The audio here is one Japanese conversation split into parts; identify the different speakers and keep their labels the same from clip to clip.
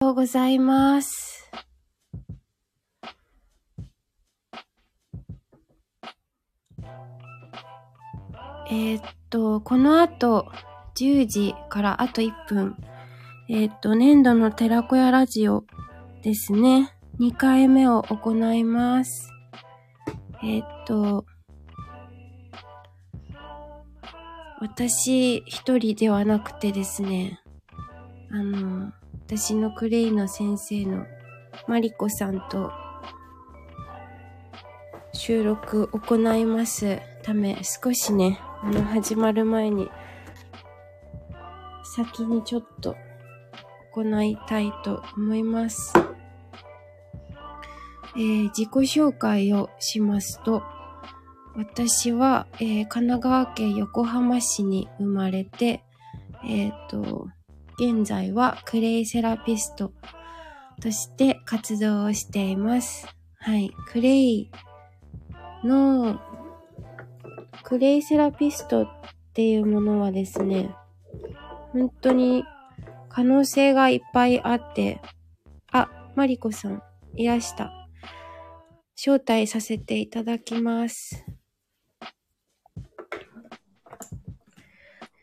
Speaker 1: ございます。えーっと、この後、10時からあと1分、えーっと、年度の寺子屋ラジオですね。2回目を行います。えーっと、私一人ではなくてですね、あの、私のクレイの先生のマリコさんと収録行いますため、少しね、あの、始まる前に、先にちょっと行いたいと思います。えー自己紹介をしますと、私は、えー神奈川県横浜市に生まれて、えっ、と、現在はクレイセラピストとして活動をしています。はい。クレイの、クレイセラピストっていうものはですね、本当に可能性がいっぱいあって、あ、マリコさん、いらした。招待させていただきます。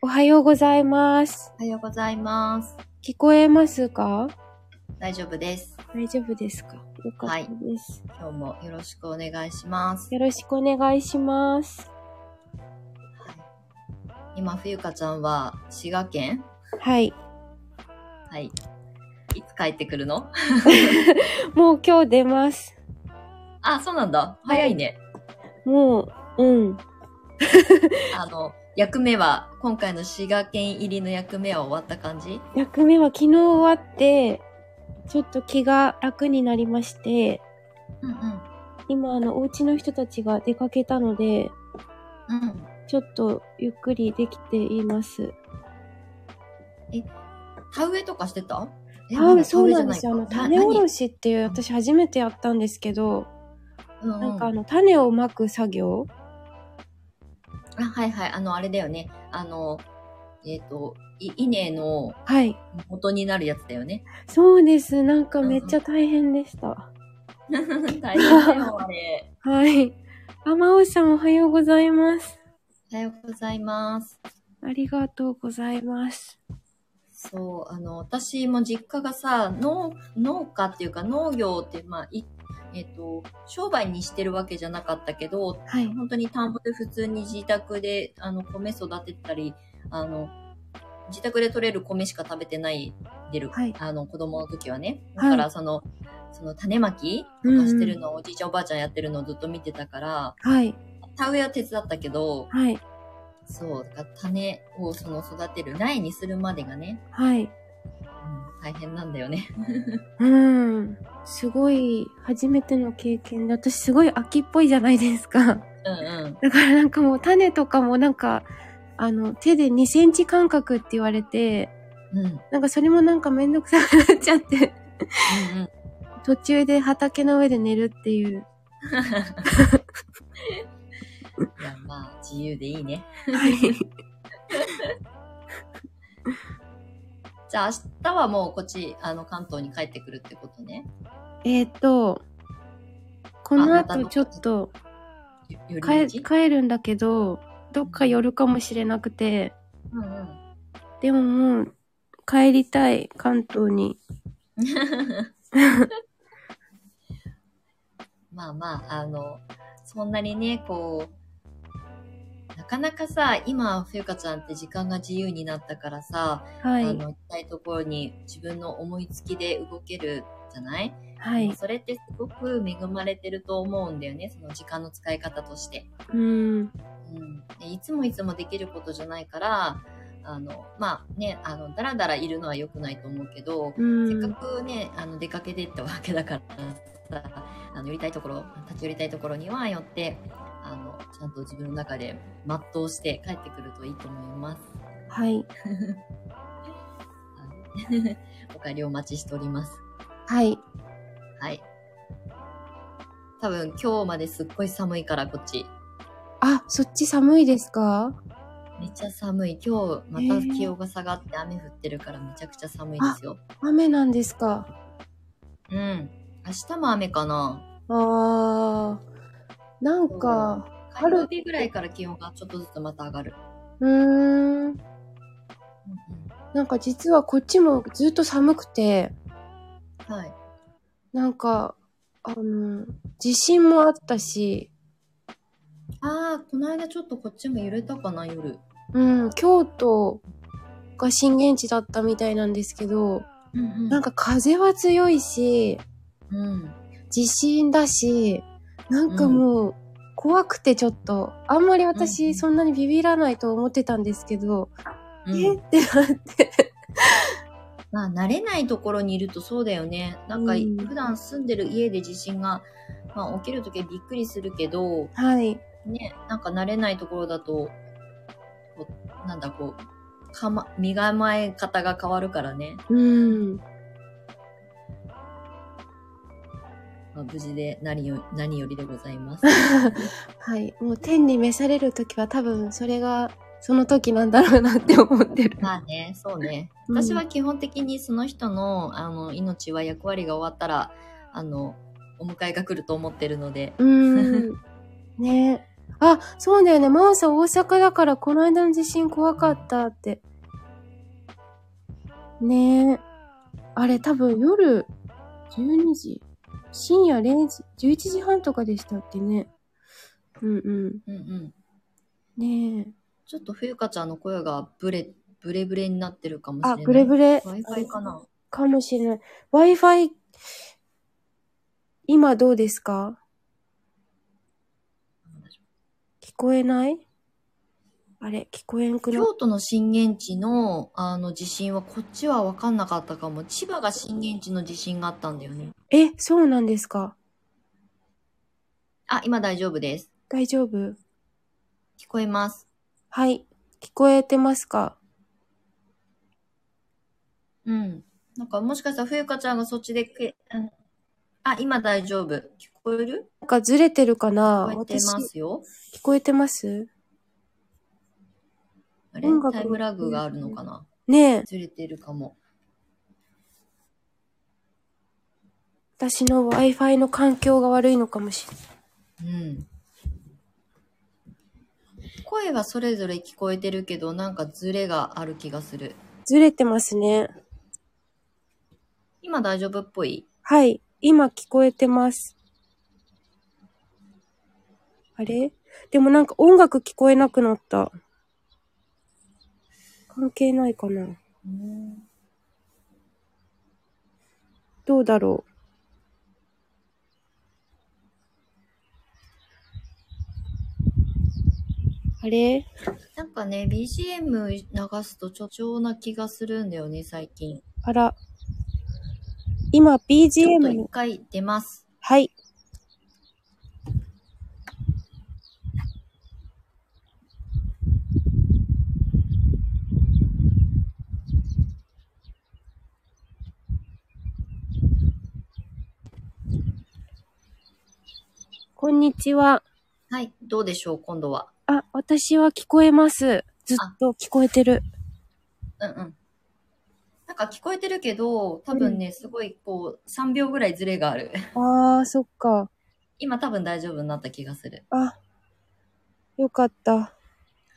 Speaker 1: おはようございます。
Speaker 2: おはようございます。
Speaker 1: 聞こえますか
Speaker 2: 大丈夫です。
Speaker 1: 大丈夫ですかよかったです、
Speaker 2: 今日もよろしくお願いします。
Speaker 1: よろしくお願いします。
Speaker 2: 今、冬香ちゃんは滋賀県
Speaker 1: はい。
Speaker 2: はい。いつ帰ってくるの
Speaker 1: もう今日出ます。
Speaker 2: あ、そうなんだ。早いね。
Speaker 1: もう、うん。
Speaker 2: あの、役目は、今回の滋賀県入りの役目は終わった感じ
Speaker 1: 役目は昨日終わって、ちょっと気が楽になりまして、
Speaker 2: うんうん。
Speaker 1: 今あの、お家の人たちが出かけたので、
Speaker 2: うん。
Speaker 1: ちょっとゆっくりできています。
Speaker 2: 田植えとかしてたえ
Speaker 1: あ、そうなんですよ。あの、種おろ
Speaker 2: し。
Speaker 1: しっていう、私初めてやったんですけど、
Speaker 2: な何う
Speaker 1: なん
Speaker 2: ん
Speaker 1: か
Speaker 2: う
Speaker 1: あ
Speaker 2: ん。
Speaker 1: の、種をまく作業
Speaker 2: あ、はいはい。あの、あれだよね。あの、えっ、と、い稲の
Speaker 1: はい。
Speaker 2: 元になるやつだよね。
Speaker 1: そうです。なんかめっちゃ大変でした。
Speaker 2: 大変だよ、あれ。
Speaker 1: はい。あ、まおさんおはようございます。
Speaker 2: おはようございます。
Speaker 1: ありがとうございます。
Speaker 2: そう、あの、私も実家がさ、農、農家っていうか農業って、まあ、いえっ、と、商売にしてるわけじゃなかったけど、
Speaker 1: はい。
Speaker 2: 本当に田んぼで普通に自宅で、あの、米育てたり、あの、自宅で取れる米しか食べてないでる、
Speaker 1: はい
Speaker 2: あの、子供の時はね。だ
Speaker 1: はい
Speaker 2: から、その、その種まきとかしてるのを、おじいちゃんおばあちゃんやってるのをずっと見てたから、
Speaker 1: はい。
Speaker 2: 田植えは手伝ったけど、
Speaker 1: はい。
Speaker 2: そう、だから種をその育てる苗にするまでがね、
Speaker 1: はい。
Speaker 2: うん大変なんだよね。
Speaker 1: うん。すごい、初めての経験で、私すごい秋っぽいじゃないですか。
Speaker 2: うん
Speaker 1: だからなんかもう種とかもなんか、あの、手で2センチ間隔って言われて、
Speaker 2: うん。うん。
Speaker 1: なんかそれもなんかめんどくさくなっちゃって、
Speaker 2: うん
Speaker 1: 途中で畑の上で寝るっていう。
Speaker 2: いや、まあ、自由でいいね。じゃあ、明日はもうこっち、あの、関東に帰ってくるってことね。
Speaker 1: えっと、この
Speaker 2: あまた
Speaker 1: 後ちょっと
Speaker 2: よ寄り
Speaker 1: 帰
Speaker 2: 道
Speaker 1: 帰るんだけど、どっか寄るかもしれなくて、
Speaker 2: うんうん。
Speaker 1: でももう帰りたい、関東に。
Speaker 2: まあまあ、あの、そんなにね、こう、なかなかさ、今、冬香ちゃんって時間が自由になったからさ、
Speaker 1: は
Speaker 2: あ
Speaker 1: い。
Speaker 2: の、行きたいところに自分の思いつきで動けるじゃない
Speaker 1: はい。
Speaker 2: それってすごく恵まれてると思うんだよね、その時間の使い方として。
Speaker 1: うん。
Speaker 2: うん、でいつもいつもできることじゃないから、あの、まあね、あの、だらだらいるのは良くないと思うけど、
Speaker 1: う
Speaker 2: せっか
Speaker 1: ん。
Speaker 2: くね、あの、出かけてったわけだからさ、あの、寄りたいところ、立ち寄りたいところには寄って、あの、ちゃんと自分の中で全うして帰ってくるといいと思います。
Speaker 1: はい。
Speaker 2: はい お帰りお待ちしております。
Speaker 1: はい。
Speaker 2: はい。多分今日まですっごい寒いからこっち。
Speaker 1: あ、そっち寒いですか
Speaker 2: めっちゃ寒い。今日ま
Speaker 1: へ
Speaker 2: た
Speaker 1: ー
Speaker 2: 気温が下がって雨降ってるからめちゃくちゃ寒いですよ。
Speaker 1: 雨なんですか
Speaker 2: うん。明日も雨かな。
Speaker 1: あー、なんか、
Speaker 2: 火
Speaker 1: 春
Speaker 2: 曜日ぐらいから気温がちょっとずつまた上がる。
Speaker 1: うーん、なんか実はこっちもずっと寒くて、
Speaker 2: はい。
Speaker 1: なんか、あの、地震もあったし、
Speaker 2: ああ、この間ちょっとこっちも揺れたかな、夜。
Speaker 1: うん、京都が震源地だったみたいなんですけど、
Speaker 2: うん
Speaker 1: なん
Speaker 2: か、
Speaker 1: か風は強いし、
Speaker 2: うん。
Speaker 1: 地震だし、なんかもう、怖くてちょっと、あんまり
Speaker 2: うんう
Speaker 1: 私
Speaker 2: ん
Speaker 1: そんなにビビらないと思ってたんですけど、
Speaker 2: うん
Speaker 1: えってな って。
Speaker 2: まあ、慣れないところにいるとそうだよね。なんか、
Speaker 1: うん
Speaker 2: 普段住んでる家で地震が、まあ、起きるときはびっくりするけど、
Speaker 1: はい。
Speaker 2: ね、なんか慣れないところだと、こうなんだ、こう、かま、身構え方が変わるからね。
Speaker 1: うん。
Speaker 2: まあ、無事で何よ何よりでございます。
Speaker 1: はい。もう天に召されるときは多分それが、その時なんだろうなって思ってる。
Speaker 2: まあね、そうね。
Speaker 1: うん
Speaker 2: 私は基本的にその人のあの命は役割が終わったら、あの、お迎えが来ると思ってるので、
Speaker 1: うーん。ねあ、そうだよね。マオさん大阪だからこの間の地震怖かったって。ねえ。あれ多分夜12時、深夜0時、11時半とかでしたっけね。うんう
Speaker 2: うんうん。
Speaker 1: ん。ねえ。
Speaker 2: ちょっと冬香ちゃんの声がブレ、ブレブレになってるかもしれ
Speaker 1: あ、
Speaker 2: ない。
Speaker 1: ブレブレ
Speaker 2: Wi-Fi かな
Speaker 1: かもしれない。Wi-Fi、今どうですか聞こえないあれ、聞こえんくなっ
Speaker 2: 京都の震源地のあの地震はこっちは分かんなかったかも。千葉が震源地の地震があったんだよね。
Speaker 1: え、そうなんですか
Speaker 2: あ、今大丈夫です。
Speaker 1: 大丈夫
Speaker 2: 聞こえます。
Speaker 1: はい。聞こえてますか
Speaker 2: うん。なんかもしかしたら冬香ちゃんがそっちでけ、うんあ、今大丈夫。聞こえる
Speaker 1: なんかずれてるかな
Speaker 2: 聞こえてますよ。
Speaker 1: 私、聞こえてます
Speaker 2: あれ
Speaker 1: 音楽
Speaker 2: タイムラグがあるのかな
Speaker 1: ねえ、
Speaker 2: ずれてるかも。
Speaker 1: 私の Wi-Fi の環境が悪いのかもしれない。
Speaker 2: うん。声はそれぞれ聞こえてるけど、なんかズレがある気がする。
Speaker 1: ずれてますね。
Speaker 2: 今大丈夫っぽい
Speaker 1: はい。今聞こえてます。あれでもなんか音楽聞こえなくなった。関係ないかなどうだろうあれ
Speaker 2: なんかね、BGM 流すとち調な気がするんだよね、最近。
Speaker 1: あら。今
Speaker 2: ちょっ
Speaker 1: BGM
Speaker 2: と
Speaker 1: に
Speaker 2: 一回出ます。
Speaker 1: はい。こんにちは。
Speaker 2: はい、どうでしょう、今度は。
Speaker 1: あ、私は聞こえます。ずっと聞こえてる。
Speaker 2: うんうん。なんか聞こえてるけど、多分ね、すごいこう、3秒ぐらいズレがある。
Speaker 1: あー、そっか。
Speaker 2: 今多分大丈夫になった気がする。
Speaker 1: あ、よかった。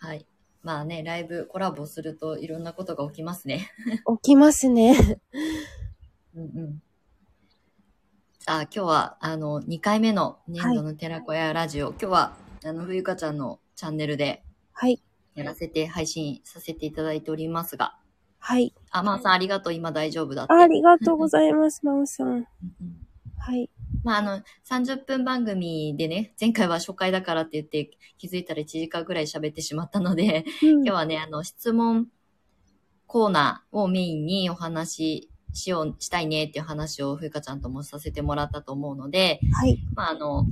Speaker 2: はい。まあね、ライブコラボするといろんなことが起きますね。
Speaker 1: 起きます ね。
Speaker 2: うんうん。さあ、今日は、あの、2回目の年度の寺子屋ラジオ。今日は、あの、冬香ちゃんのチャンネルで
Speaker 1: はい。
Speaker 2: やらせて、配信させていただいておりますが。
Speaker 1: はい。
Speaker 2: あ、まあさん、ありがとう。今大丈夫だって。
Speaker 1: ありがとうございます、まおさん。
Speaker 2: うんうん
Speaker 1: はい。
Speaker 2: まあ、あの、30分番組でね、前回は初回だからって言って、気づいたら1時間ぐらい喋ってしまったので、
Speaker 1: 今
Speaker 2: 今日はね、あの、質問コーナーをメインにお話ししよう、したいねっていう話を、ふゆかちゃんともさせてもらったと思うので、
Speaker 1: はい。
Speaker 2: まあ、あの、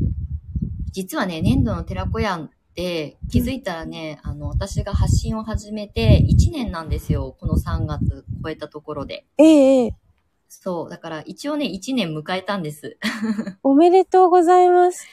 Speaker 2: 実はね、年度の寺子屋って気づいたらね、あの、私が発信を始めて1年なんですよ。この3月超えたところで。
Speaker 1: ええええ
Speaker 2: そう。だから一応ね、1年迎えたんです。
Speaker 1: おめでとうございます。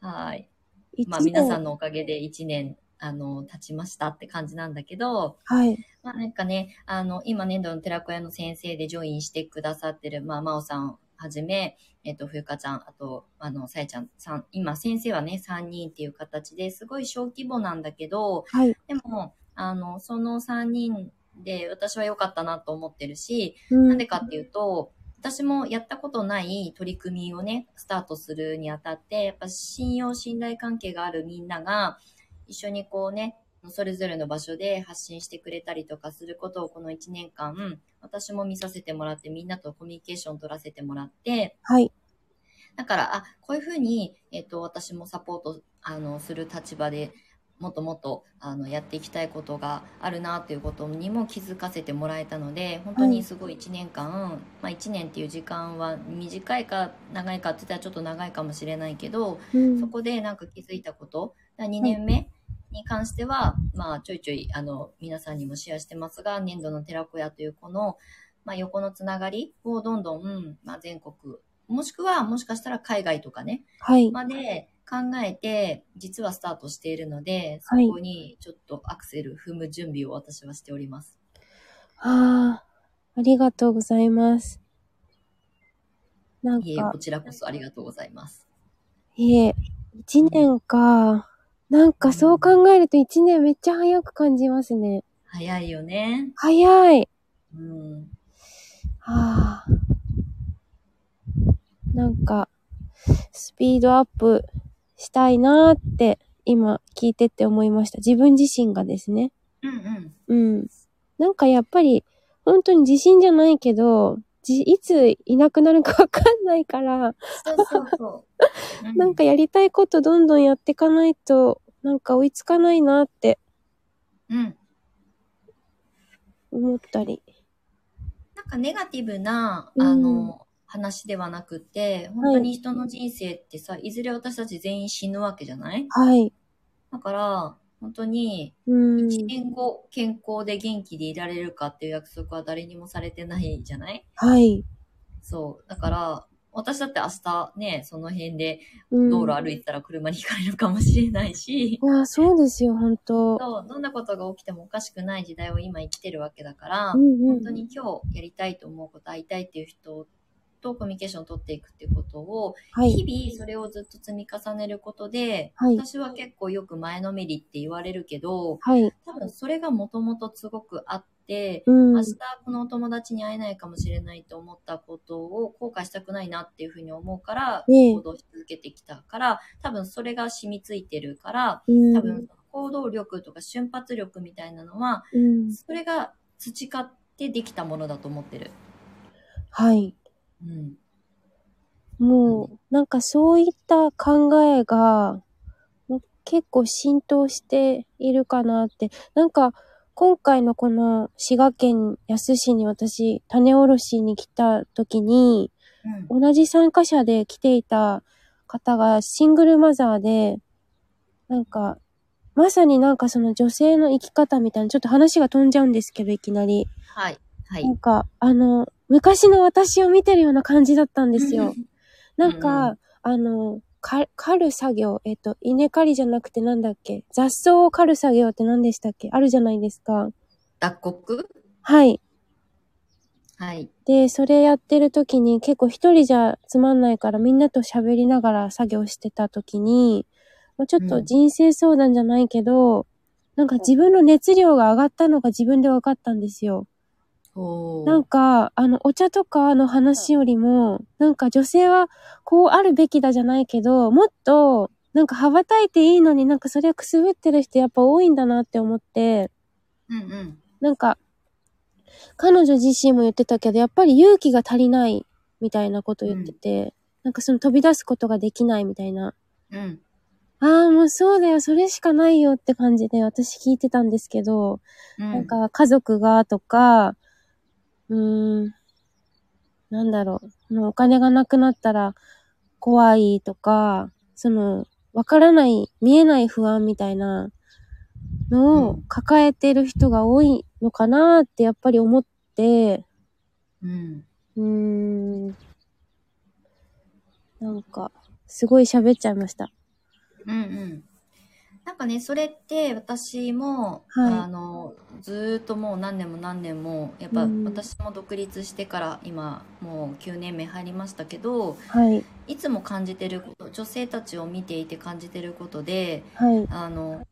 Speaker 2: はい。
Speaker 1: 一
Speaker 2: まあ皆さ
Speaker 1: 年
Speaker 2: んのおかげで1年あの、経ちましたって感じなんだけど、
Speaker 1: はい。
Speaker 2: まあなんかね、あの、今年度の寺子屋の先生でジョインしてくださってる、まあ、真央さんはじめ、えっと、冬香ちゃん、あと、あの、さえちゃん、さん、今先生はね、3人っていう形ですごい小規模なんだけど、
Speaker 1: はい。
Speaker 2: でも、あの、その3人で私は良かったなと思ってるし、
Speaker 1: な
Speaker 2: なんでかっていうと、私もやったことない取り組みをね、スタートするにあたって、やっぱ信用信頼関係があるみんなが、一緒にこうね、それぞれの場所で発信してくれたりとかすることをこの1年間、私も見させてもらって、みんなとコミュニケーション取らせてもらって、
Speaker 1: はい。
Speaker 2: だから、あ、こういうふうに、えっ、と、私もサポート、あの、する立場で、もっともっと、あの、やっていきたいことがあるな、ということにも気づかせてもらえたので、本当
Speaker 1: は
Speaker 2: に
Speaker 1: い
Speaker 2: すごい1年間、まあ1年っていう時間は短いか長いかって言ったらちょっと長いかもしれないけど、
Speaker 1: うん
Speaker 2: そこでなんか気づいたこと、2年目に関しては、まあちょいちょい、あの、皆さんにもシェアしてますが、年度の寺子屋というこの、まあ横のつながりをどんどん、うんまあ全国、もしくはもしかしたら海外とかね、
Speaker 1: はい。
Speaker 2: まで考えて、実はスタートしているので、そ
Speaker 1: はい
Speaker 2: こにちょっとアクセル踏む準備を私はしております。
Speaker 1: ああ、ありがとうございます。なん
Speaker 2: いえ、
Speaker 1: か
Speaker 2: こ、ちらこそありがとうございます。
Speaker 1: いえ、一年か。なんかそう考えると一年めっちゃ早く感じますね。
Speaker 2: 早いよね。
Speaker 1: 早い。
Speaker 2: うん。
Speaker 1: ああ。なんか、スピードアップしたいなーって今聞いてって思いました。自分自身がですね。
Speaker 2: うんうん。
Speaker 1: うん。なんかやっぱり、本当に自信じゃないけど、じいついなくなるかわかんないから、
Speaker 2: そうそうそう。 う
Speaker 1: なんかやりたいことどんどんやっていかないと、なんか追いつかないなって
Speaker 2: うん。
Speaker 1: 思ったり。
Speaker 2: なんかネガティブな、
Speaker 1: うん
Speaker 2: あの、話ではなくて、本当に人の人生ってさ、いずれ私たち全員死ぬわけじゃない
Speaker 1: はい。
Speaker 2: だから、本当に、
Speaker 1: うん。
Speaker 2: 1年後、健康で元気でいられるかっていう約束は誰にもされてないじゃない
Speaker 1: はい。
Speaker 2: そう。だから、私だって明日ね、その辺で
Speaker 1: うん、
Speaker 2: 道路歩いてたら車にひかれるかもしれないし、
Speaker 1: いや、そうですよ、本当
Speaker 2: そうどんなことが起きてもおかしくない時代を今生きてるわけだから、
Speaker 1: うんうん
Speaker 2: 本当に今日やりたいと思うこと、会いたいっていう人とコミュニケーションを取っていくっていうことを、
Speaker 1: はい。
Speaker 2: 日々それをずっと積み重ねることで、
Speaker 1: はい
Speaker 2: 私は結構よく前のめりって言われるけど、
Speaker 1: はい。
Speaker 2: 多分それがもともとすごくあって、
Speaker 1: うん。
Speaker 2: 明日このお友達に会えないかもしれないと思ったことを後悔したくないなっていうふうに思うから、
Speaker 1: ねえ
Speaker 2: 行動し続けてきたから、多分それが染みついてるから、
Speaker 1: うん、
Speaker 2: 多分行動力とか瞬発力みたいなのは、
Speaker 1: うん。
Speaker 2: それが培ってできたものだと思ってる。
Speaker 1: はい。
Speaker 2: うん。
Speaker 1: もう、なんかそういった考えが、もう結構浸透しているかなって。なんか、今回のこの滋賀県安市に私、種おろしに来た時に、
Speaker 2: うん。
Speaker 1: 同じ参加者で来ていた方がシングルマザーで、なんか、まさになんかその女性の生き方みたいな、ちょっと話が飛んじゃうんですけど、いきなり。
Speaker 2: はい。はい
Speaker 1: な。んか、あの、昔の私を見てるような感じだったんですよ。なん
Speaker 2: うん
Speaker 1: か、あの、か刈る作業、えっと、稲刈りじゃなくてなんだっけ雑草を刈る作業って何でしたっけあるじゃないですか。
Speaker 2: 脱穀
Speaker 1: はい。
Speaker 2: はい。
Speaker 1: で、それやってる時に結構一人じゃつまんないからみんなと喋りながら作業してた時に、まあ、ちょっ
Speaker 2: う
Speaker 1: と
Speaker 2: ん
Speaker 1: 人生相談じゃないけど、なんか自分の熱量が上がったのが自分で分かったんですよ。
Speaker 2: おー
Speaker 1: なんか、あの、お茶とかの話よりも、なんか女性はこうあるべきだじゃないけど、もっと、なんか羽ばたいていいのになんかそれをくすぶってる人やっぱ多いんだなって思って、
Speaker 2: うんうん。
Speaker 1: なんか、彼女自身も言ってたけど、やっぱり勇気が足りないみたいなこと言ってて、なんかその飛び出すことができないみたいな。
Speaker 2: うん。
Speaker 1: ああ、もうそうだよ、それしかないよって感じで私聞いてたんですけど、
Speaker 2: うん。
Speaker 1: なんか家族がとか、うーん、なんだろう、そのお金がなくなったら怖いとか、その、わからない、見えない不安みたいなの
Speaker 2: う
Speaker 1: を
Speaker 2: ん
Speaker 1: 抱えてる人が多いのかなってやっぱり思って、
Speaker 2: うん。
Speaker 1: うーん、なんか、すごい喋っちゃいました。
Speaker 2: うんうん。なんかね、それって私も、
Speaker 1: はい
Speaker 2: あの、ずーっともう何年も何年も、やっぱ
Speaker 1: うん
Speaker 2: 私も独立してから今もう9年目入りましたけど、
Speaker 1: はい、
Speaker 2: いつも感じてること、女性たちを見ていて感じてることで、
Speaker 1: はい、
Speaker 2: あの、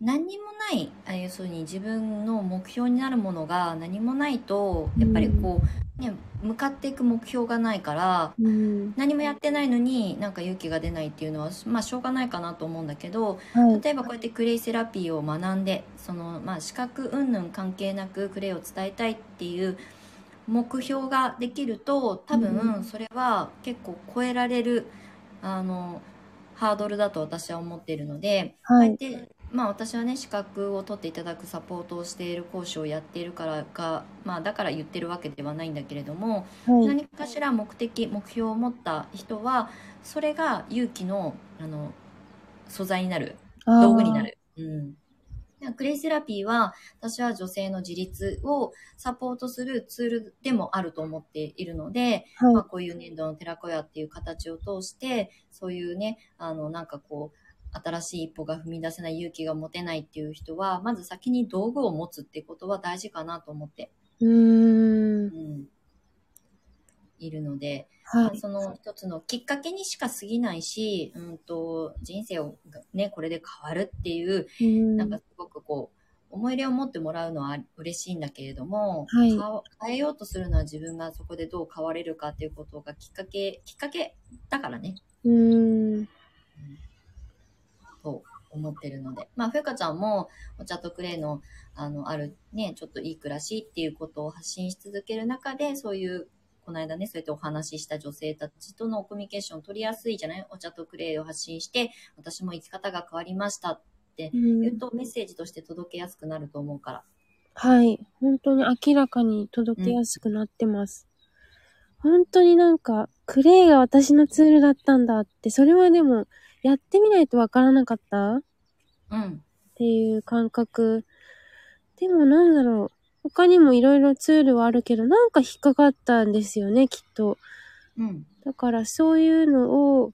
Speaker 2: 何にもない、あ要するに自分の目標になるものが何もないと、やっぱりこう、ね、向かっていく目標がないから、
Speaker 1: うん、
Speaker 2: 何もやってないのになんか勇気が出ないっていうのは、まあしょうがないかなと思うんだけど、
Speaker 1: はい、
Speaker 2: 例えばこうやってクレイセラピーを学んでその、まあ、資格云々関係なくクレイを伝えたいっていう目標ができると多
Speaker 1: う
Speaker 2: 分
Speaker 1: ん
Speaker 2: それは結構超えられるあのハードルだと私は思っているので、
Speaker 1: はい、
Speaker 2: でまあ、私はね資格を取っていただくサポートをしている講師をやっているからか、まあ、だから言ってるわけではないんだけれども、
Speaker 1: はい、
Speaker 2: 何かしら目的目標を持った人はそれが勇気のあの素材になる
Speaker 1: あー
Speaker 2: 道具にな。る。うん。だからクレイセラピーは、私は女性の自立をサポートするツールでもあると思っているので、まあ、
Speaker 1: は
Speaker 2: こういう年度の寺子屋っていう形を通して、そういうね、あの、なんかこう、新しい一歩が踏み出せない勇気が持てないっていう人は、まず先に道具を持つってことは大事かなと思って、
Speaker 1: い、うー、
Speaker 2: うんん、いるので、ま
Speaker 1: は
Speaker 2: あ
Speaker 1: い、
Speaker 2: その一つのきっかけにしか過ぎないし、うんと、人生をね、これで変わるっていう
Speaker 1: うん
Speaker 2: なんかすごくこう、思い入れを持ってもらうのは嬉しいんだけれども、
Speaker 1: はい
Speaker 2: 変わ変えようとするのは自分がそこでどう変われるかっていうことがきっかけ、きっかけだからね、
Speaker 1: うーん、
Speaker 2: と思ってるので。まあ、ふうかちゃんも、お茶とクレイの、あの、あるね、ちょっといい暮らしっていうことを発信し続ける中で、そういう、この間ね、そうやってお話しした女性たちとのコミュニケーションを取りやすいじゃないお茶とクレイを発信して、私も生き方が変わりました。
Speaker 1: うん
Speaker 2: 言うとメッセージとして届けやすくなると思うから。
Speaker 1: はい。本当に明らかに届けやすくなってます。本当になんか、クレイが私のツールだったんだって、それはでも、やってみないとわからなかったっ
Speaker 2: うん。
Speaker 1: ていう感覚。でもなんだろう。他にもいろいろツールはあるけど、なんか引っかかったんですよね、きっと。
Speaker 2: うん。
Speaker 1: だからそういうのを、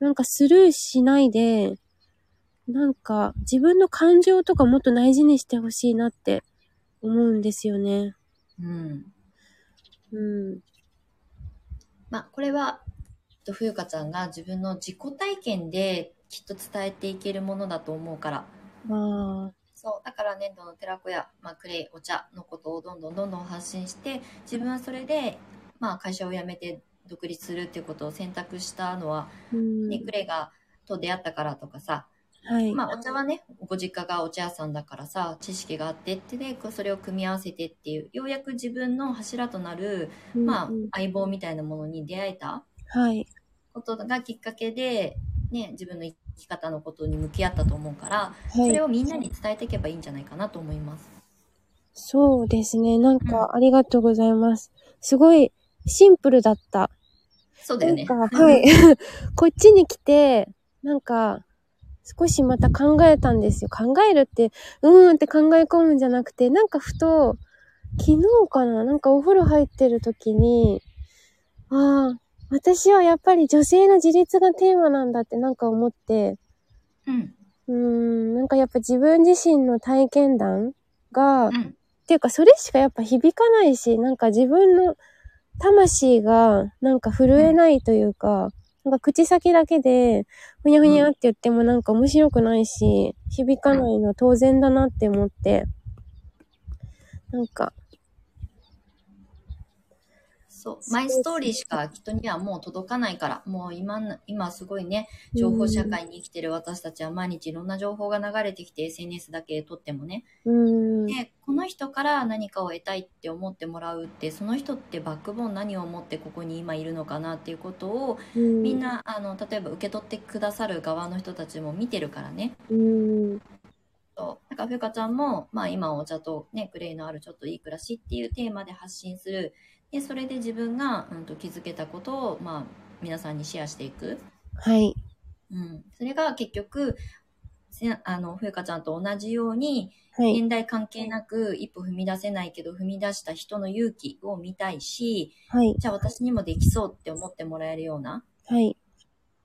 Speaker 1: なんかスルーしないで、なんか自分の感情とかもっと大事にしてほしいなって思うんですよね。
Speaker 2: うん。
Speaker 1: うん。
Speaker 2: まあ、これは、えっとふゆかちゃんが自分の自己体験できっと伝えていけるものだと思うから。
Speaker 1: まあ、
Speaker 2: そう。だから粘土の寺子や、まあ、クレイ、お茶のことをどんどんどんどん発信して、自分はそれで、まあ、会社を辞めて独立するっていうことを選択したのは、
Speaker 1: うん。
Speaker 2: ね、クレイが、と出会ったからとかさ、
Speaker 1: はい。
Speaker 2: まあ、お茶はね、ご実家がお茶屋さんだからさ、知識があってってで、こうそれを組み合わせてっていう、ようやく自分の柱となる、
Speaker 1: うん
Speaker 2: まあ
Speaker 1: うん、
Speaker 2: 相棒みたいなものに出会えた
Speaker 1: はい。
Speaker 2: ことがきっかけで、ね、自分の生き方のことに向き合ったと思うから、そ
Speaker 1: は
Speaker 2: れ
Speaker 1: い。
Speaker 2: をみんなに伝えていけばいいんじゃないかなと思います。
Speaker 1: そうですね。なんか、ありがとうございます。すごい、シンプルだった。
Speaker 2: そうだ
Speaker 1: な
Speaker 2: よ
Speaker 1: ん
Speaker 2: ね。
Speaker 1: か、はい。 こっちに来て、なんか、少しまた考えたんですよ。考えるって、うーんって考え込むんじゃなくて、なんかふと、昨日かななんかお風呂入ってる時に、ああ、私はやっぱり女性の自立がテーマなんだってなんか思って、
Speaker 2: うん。
Speaker 1: うーん、なんかやっぱ自分自身の体験談が、
Speaker 2: う
Speaker 1: っ
Speaker 2: ん。
Speaker 1: ていうかそれしかやっぱ響かないし、なんか自分の魂がなんか震えないというか、なんか口先だけで、ふにゃふにゃって言ってもなんか面白くないし、響かないのは当然だなって思って、なんか、
Speaker 2: そう。マイストーリーしか人にはもう届かないから、もう今な、今すごいね、情報社会に生きてる私たちは毎日いろんな情報が流れてきて、SNS だけ撮ってもね、
Speaker 1: うーん、
Speaker 2: でこの人から何かを得たいって思ってもらうってその人ってバックボーン何を持ってここに今いるのかなっていうことをみ
Speaker 1: み
Speaker 2: ん、なあの例えば受け取ってくださる側の人たちも見てるからね。
Speaker 1: うーん、
Speaker 2: そうだからふうかちゃんも、まあ、今お茶と、ね、クレイのあるちょっといい暮らしっていうテーマで発信するでそれで自分が、うん、と気づけたことを、まあ、皆さんにシェアしていく。
Speaker 1: はい、
Speaker 2: うん、それが結局せあのふうかちゃんと同じように
Speaker 1: はい、
Speaker 2: 年代関係なく一歩踏み出せないけど踏み出した人の勇気を見たいし、
Speaker 1: はい、
Speaker 2: じゃあ私にもできそうって思ってもらえるような。
Speaker 1: はい、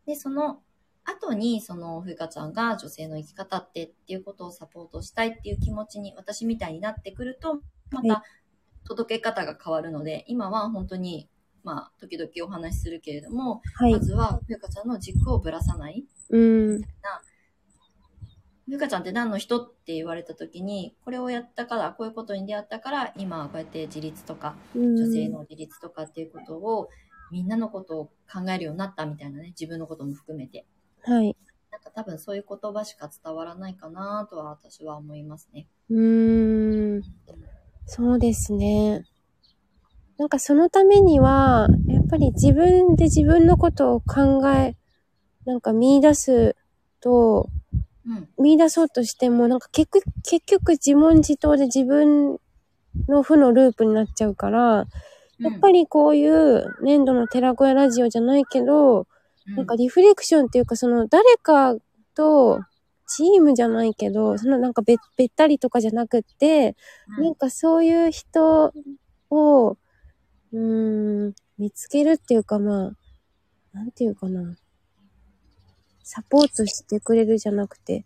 Speaker 2: で、その後にそのふうかちゃんが女性の生き方ってっていうことをサポートしたいっていう気持ちに私みたいになってくるとま
Speaker 1: は
Speaker 2: た届け方が変わるので今は本当にまあ時々お話しするけれども、
Speaker 1: はい
Speaker 2: ま。ずはふうかちゃんの軸をぶらさない
Speaker 1: うん。
Speaker 2: ふうかちゃんって何の人って言われた時にこれをやったからこういうことに出会ったから今はこうやって自立とか女
Speaker 1: 女
Speaker 2: 性の自立とかっていうことをみんなのことを考えるようになったみたいなね自分のことも含めて
Speaker 1: はい。
Speaker 2: なんか多分そういう言葉しか伝わらないかなとは私は思いますね。
Speaker 1: うーん。そうですね。なんかそのためには、やっぱり自分で自分のことを考え、なんか見出すと、
Speaker 2: うん。
Speaker 1: 見出そうとしても、なんか結局、結局自問自答で自分の負のループになっちゃうから、やっぱりこういう粘土の寺子屋ラジオじゃないけど、
Speaker 2: り
Speaker 1: なんかリフレクションっていうか、その誰かとチームじゃないけど、そのなんかべべったりとかじゃなくって、なんかそういう人を、うーん、見つけるっていうかまあ、なんていうかな。サポートしてくれるじゃなくて。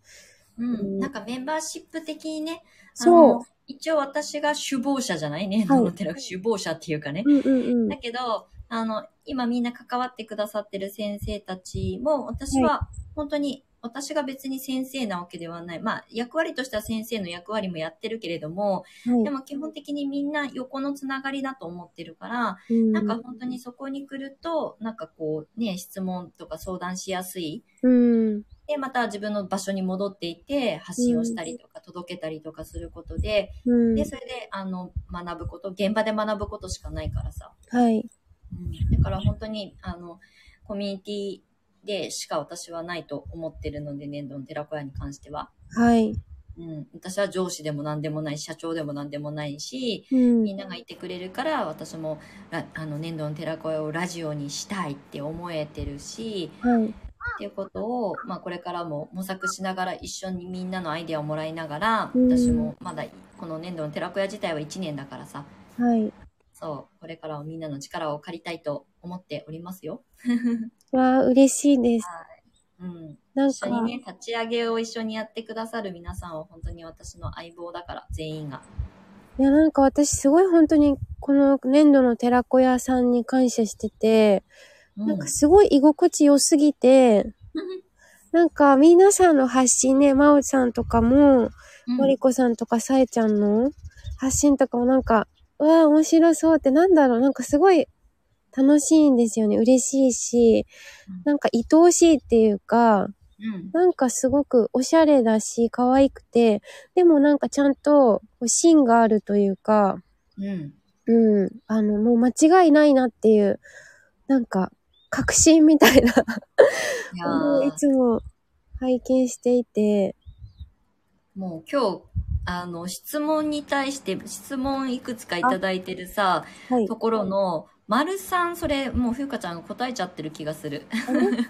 Speaker 2: うん、なんかメンバーシップ的にね、あ
Speaker 1: そう
Speaker 2: の。一応私が首謀者じゃないね。
Speaker 1: はい
Speaker 2: の寺首謀者っていうかね。
Speaker 1: うんうんう
Speaker 2: だ
Speaker 1: ん。
Speaker 2: けど、あの、今みんな関わってくださってる先生たちも、私は本当に、私が別に先生なわけではない。まあ、役割としては先生の役割もやってるけれども、で
Speaker 1: は
Speaker 2: も基本的にみんな横のつながりだと思ってるから、
Speaker 1: い。う
Speaker 2: なんか、本当にそこに来ると、なんかこうね、質問とか相談しやすい。
Speaker 1: うん。
Speaker 2: で、また自分の場所に戻っていって、発信をしたりとか届けたりとかすることで、
Speaker 1: うん。
Speaker 2: で、それで、あの、学ぶこと、現場で学ぶことしかないからさ。
Speaker 1: はい。
Speaker 2: うん、だから本当に、あの、コミュニティでしか私はないと思ってるので、ね、どの寺子屋に関しては。
Speaker 1: はい。
Speaker 2: うん、私は上司でも何でもないし、社長でも何でもないし、
Speaker 1: うん
Speaker 2: みんながいてくれるから私もラあの粘土の寺子屋をラジオにしたいって思えてるし
Speaker 1: はい。
Speaker 2: っていうことを、まあ、これからも模索しながら一緒にみんなのアイデアをもらいながら
Speaker 1: うん
Speaker 2: 私もまだこの粘土の寺子屋自体は1年だからさ
Speaker 1: はい。
Speaker 2: そうこれからもみんなの力を借りたいと思っておりますよ。
Speaker 1: わあ、嬉しいです。
Speaker 2: うん、
Speaker 1: なん
Speaker 2: 一緒
Speaker 1: か、
Speaker 2: にね立ち上げを一緒にやってくださる皆さんは本当に私の相棒だから全員が。
Speaker 1: いや、なんか私すごい本当にこの粘土の寺子屋さんに感謝してて、
Speaker 2: うん
Speaker 1: なんかすごい居心地良すぎて、なんか皆さんの発信ね、まおさんとかも、
Speaker 2: うん
Speaker 1: まりこさんとかさえちゃんの発信とかもなんか、うわあ、面白そうってなんだろう、なんかすごい楽しいんですよね。嬉しいし
Speaker 2: うん、
Speaker 1: なんか愛おしいっていうか、
Speaker 2: うん
Speaker 1: なんかすごくおしゃれだし、可愛くて、でもなんかちゃんとこう芯があるというか、
Speaker 2: うん
Speaker 1: うん、あの、もう間違いないなっていう、なんか、確信みたいな、
Speaker 2: いや
Speaker 1: もう
Speaker 2: ー
Speaker 1: いつも拝見していて、
Speaker 2: もう今日、あの、質問に対して、質問いくつかいただいてるさ、
Speaker 1: はい。
Speaker 2: ところの、丸さん、それ、もうふうかちゃんが答えちゃってる気がする。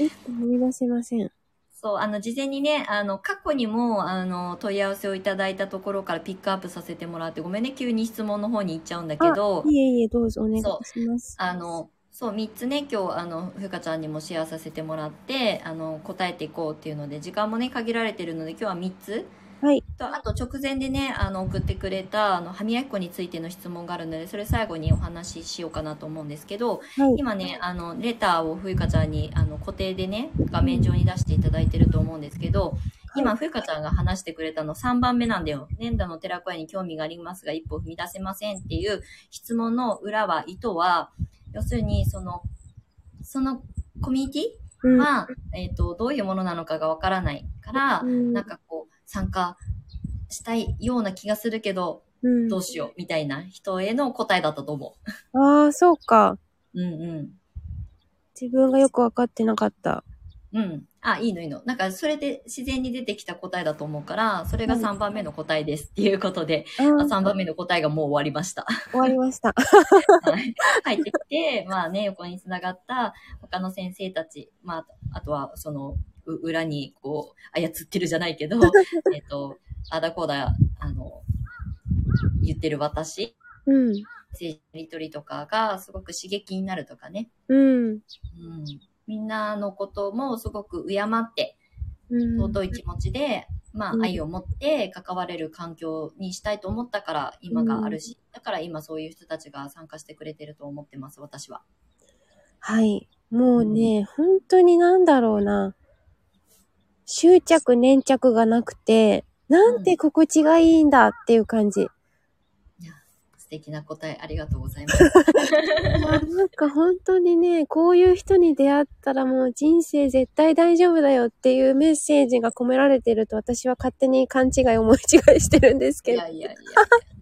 Speaker 1: え思い出せません。
Speaker 2: そう、あの、事前にね、あの、過去にも、あの、問い合わせをいただいたところからピックアップさせてもらって、ごめんね、急に質問の方に行っちゃうんだけど、
Speaker 1: いえいえ、どうぞお願い
Speaker 2: そう
Speaker 1: します。
Speaker 2: あ、の、そう、3つね、今日、あの、ふうかちゃんにもシェアさせてもらって、あの、答えていこうっていうので、時間もね、限られてるので、今日は3つ、
Speaker 1: はい。
Speaker 2: とあと直前でねあの送ってくれたあの歯磨き粉についての質問があるのでそれ最後にお話ししようかなと思うんですけど
Speaker 1: はい。
Speaker 2: 今ねあのレターをふゆかちゃんにあの固定でね画面上に出していただいてると思うんですけど今ふゆかちゃんが話してくれたの3番目なんだよ年度の寺子屋に興味がありますが一歩踏み出せませんっていう質問の裏は意図は要するにそのそのコミュニティ
Speaker 1: うん、
Speaker 2: は、えっとどういうものなのかがわからないから、
Speaker 1: うん
Speaker 2: なんかこう参加したいような気がするけど
Speaker 1: うん
Speaker 2: どうしようみたいな人への答えだったと思
Speaker 1: ああ、そうか。
Speaker 2: う。うんうん
Speaker 1: 自分がよくわかってなかった。
Speaker 2: うん。あ、いいのいいの。なんか、それで自然に出てきた答えだと思うから、それが
Speaker 1: うん
Speaker 2: 3番目の答えですっていうことで、
Speaker 1: あ
Speaker 2: あ
Speaker 1: ー
Speaker 2: 3番目の答えがもう終わりました。
Speaker 1: 終わりました。
Speaker 2: はい 入ってきて、まあね、横に繋がった他の先生たち、まあ、あとは、その、う裏に、こう、操ってるじゃない けど、えっと、あだこうだ、あの、言ってる私、
Speaker 1: うん。
Speaker 2: 政治のやりとりとかがすごく刺激になるとかね。
Speaker 1: うん。
Speaker 2: うん。みんなのこともすごく敬って、
Speaker 1: うん
Speaker 2: 尊い気持ちで、まあ
Speaker 1: うん
Speaker 2: 愛を持って関われる環境にしたいと思ったから今があるし、だから今そういう人たちが参加してくれてると思ってます、私は。
Speaker 1: はい。もうね、本当になんだろうな。執着、粘着がなくて、なんて心地がいいんだっていう感 じ。
Speaker 2: 素敵な答えありがとうございます。
Speaker 1: なんか本当にね、こういう人に出会ったらもう人生絶対大丈夫だよっていうメッセージが込められてると私は勝手に勘違い思い違いしてるんです
Speaker 2: い
Speaker 1: けど
Speaker 2: や。いやいや、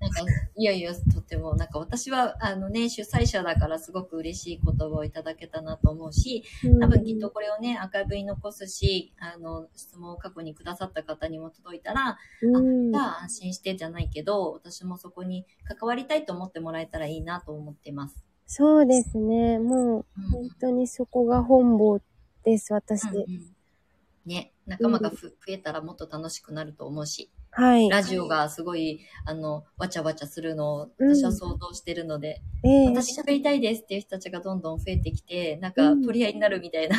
Speaker 2: なんか、いやいや、とても、なんか私は、あのね、主催者だからすごく嬉しい言葉をいただけたなと思うし、多分きっとこれをね、アーカイブに残すし、あの、質問を過去にくださった方にも届いたら、
Speaker 1: うん、
Speaker 2: じゃあ安心してじゃないけど、私もそこに関わりたいと思ってもらえたらいいなと思ってます。
Speaker 1: そうですね。も
Speaker 2: う
Speaker 1: う本
Speaker 2: ん
Speaker 1: 当にそこが本望です、私。
Speaker 2: うんうんね、仲間がふ増えたらもっと楽しくなると思うし、
Speaker 1: はい。
Speaker 2: ラジオがすごい、あの、わちゃわちゃするのを私は想像してるので、
Speaker 1: ええ
Speaker 2: 私喋りたいですっていう人たちがどんどん増えてきて、なんか
Speaker 1: うん
Speaker 2: 取り合いになるみたいな。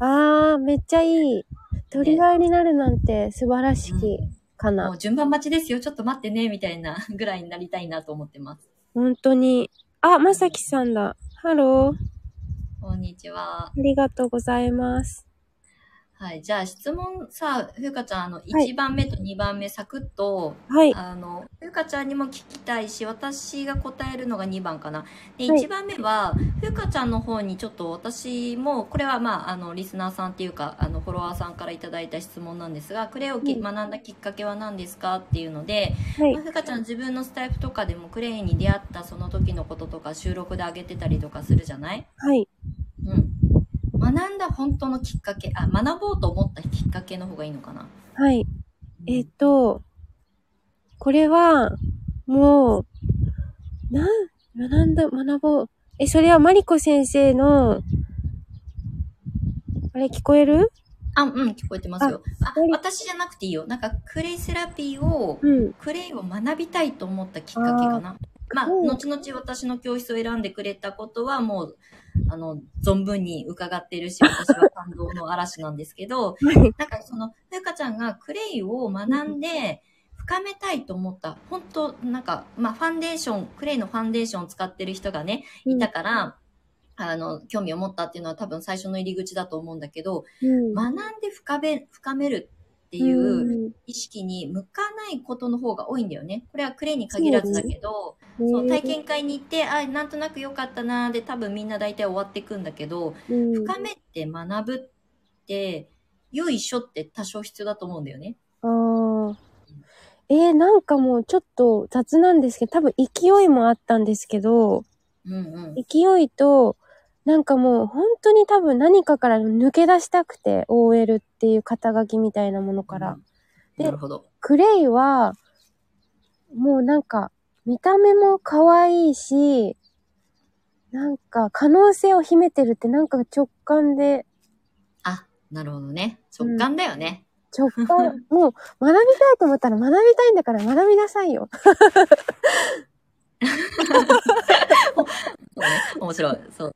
Speaker 1: あー、めっちゃいい。取り合いになるなんて素晴らしきか
Speaker 2: も
Speaker 1: な。
Speaker 2: う順番待ちですよ、ちょっと待ってね、みたいなぐらいになりたいなと思ってます。
Speaker 1: 本当に。あ、まさきさんだ。ハロー。あ
Speaker 2: こんにちは。
Speaker 1: りがとうございます。
Speaker 2: はい、じゃあ質問さ、ふうかちゃん、あの、1番目と2番目サクッと、
Speaker 1: はい。
Speaker 2: あの、ふうかちゃんにも聞きたいし、私が答えるのが2番かな。で、
Speaker 1: はい
Speaker 2: 1番目は、ふうかちゃんの方にちょっと私も、これはまあ、あの、リスナーさんっていうか、あの、フォロワーさんからいただいた質問なんですが、クレイをき
Speaker 1: うん
Speaker 2: 学んだきっかけは何ですかっていうので、
Speaker 1: はい
Speaker 2: まあ。ふうかちゃん自分のスタイフとかでもクレイに出会ったその時のこととか収録であげてたりとかするじゃない
Speaker 1: はい。
Speaker 2: うん。学んだ本当のきっかけ、あ、学ぼうと思ったきっかけの方がいいのかな。
Speaker 1: はい。えっと、これは、もう、なん、学んだ、学ぼう。え、それはマリコ先生の、あれ聞こえる
Speaker 2: あ、うん、聞こえてますよ。あ
Speaker 1: こえ、る
Speaker 2: 私じゃなくていいよ。なんか、クレイセラピーを、
Speaker 1: うん。
Speaker 2: クレイを学びたいと思ったきっかけかな。まあ、
Speaker 1: うん
Speaker 2: 後々私の教室を選んでくれたことは、もう、あの、存分に伺っているし、私は感動の嵐なんです けど、なんかその、ふうかちゃんがクレイを学んで、深めたいと思った。本当なんか、まあ、ファンデーション、クレイのファンデーションを使ってる人がね、いたから、あの、興味を持ったっていうのは多分最初の入り口だと思うんだけど、
Speaker 1: うん。
Speaker 2: 学んで深め、深めるって
Speaker 1: て
Speaker 2: いう意識に向かないことの方が多いんだよね。これはクレイに限らずだけど、そう体験会に行って、あ、なんとなく良かったなーで多分みんな大体終わっていくんだけど、深めて学ぶって、よいしょって多少必要だと思うんだよね。
Speaker 1: ああ。えー、なんかもうちょっと雑なんですけど、多分勢いもあったんですけど、
Speaker 2: うんうん。
Speaker 1: 勢いと、なんかもう本当に多分何かから抜け出したくて、OL っていう肩書きみたいなものから。
Speaker 2: うん。なるほど。
Speaker 1: クレイは、もうなんか、見た目も可愛いし、なんか可能性を秘めてるってなんか直感で、
Speaker 2: あ、なるほどね。直感だよね。
Speaker 1: 直感、もう学びたいと思ったら学びたいんだから学びなさいよ。
Speaker 2: そうね。面白い。そう。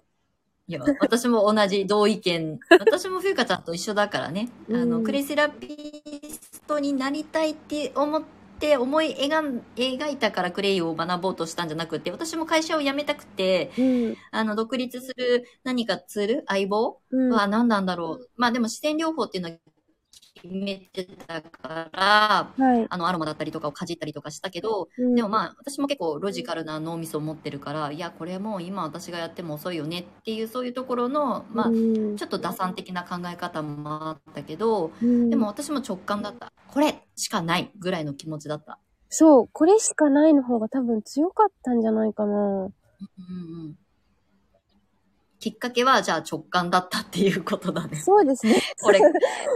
Speaker 2: いや、私も同じ同意見。私もふうかちゃんと一緒だからね。あの、
Speaker 1: うん
Speaker 2: クレイセラピストになりたいって思って、思い描ん描いたからクレイを学ぼうとしたんじゃなくて、私も会社を辞めたくて、
Speaker 1: うん。
Speaker 2: あの、独立する何かツール相棒
Speaker 1: うん。
Speaker 2: は何なんだろう。まあでも、視点療法っていうのは決めてたから、
Speaker 1: はい。
Speaker 2: あの、アロマだったりとかをかじったりとかしたけど、
Speaker 1: うん
Speaker 2: でもまあ、私も結構ロジカルな脳みそを持ってるから、いや、これもう今私がやっても遅いよねっていう、そういうところの、まあ、
Speaker 1: うん
Speaker 2: ちょっと打算的な考え方もあったけど、
Speaker 1: うん
Speaker 2: でも私も直感だった。これしかないぐらいの気持ちだった。
Speaker 1: そう、これしかないの方が多分強かったんじゃないかな。
Speaker 2: うんうん。きっかけは、じゃあ直感だったっていうことだね。
Speaker 1: そうですね。
Speaker 2: これ、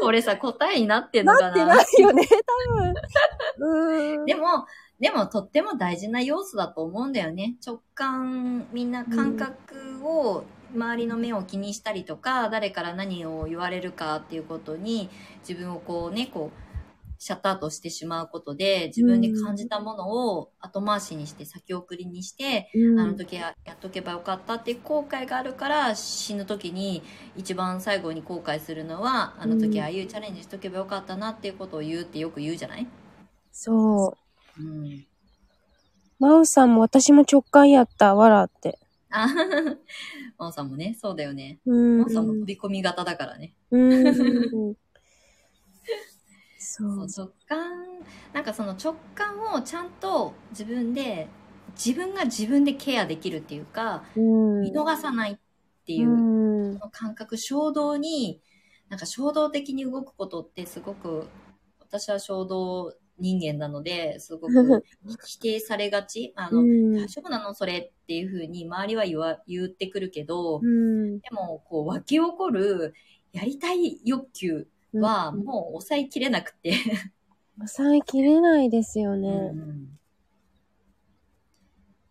Speaker 2: これさ、答えになってんの
Speaker 1: な
Speaker 2: か
Speaker 1: って
Speaker 2: な
Speaker 1: ないよね、多分。うーん。
Speaker 2: でも、でもとっても大事な要素だと思うんだよね。直感、みんな感覚を、周りの目を気にしたりとか、誰から何を言われるかっていうことに、自分をこうね、こう、シャッターとしてしまうことで、自分で感じたものを後回しにして、先送りにして、
Speaker 1: うん
Speaker 2: あの時ややっとけばよかったっていう後悔があるから、死ぬ時に一番最後に後悔するのは、あの時ああいうチャレンジしとけばよかったなっていうことを言うってよく言うじゃない
Speaker 1: そう。
Speaker 2: うん。
Speaker 1: まおさんも私も直感やった、わらって。
Speaker 2: あ 真央さんもね、そうだよね。
Speaker 1: うん
Speaker 2: 真央さんも飛び込み型だからね。
Speaker 1: うん。そう。
Speaker 2: そう直感、なんかその直感をちゃんと自分で、自分が自分でケアできるっていうか、
Speaker 1: うん。
Speaker 2: 見逃さないっていうう、
Speaker 1: ん。
Speaker 2: の感覚、衝動に、なんか衝動的に動くことってすごく、私は衝動人間なので、す ごく否定されがち。あの、
Speaker 1: うん
Speaker 2: 大丈夫なのそれっていうふうに周りは言わ、言ってくるけど、
Speaker 1: うん。
Speaker 2: でも、こう、湧き起こる、やりたい欲求は、
Speaker 1: うん、
Speaker 2: もう抑えきれなくて。
Speaker 1: 抑えきれないですよね。
Speaker 2: うん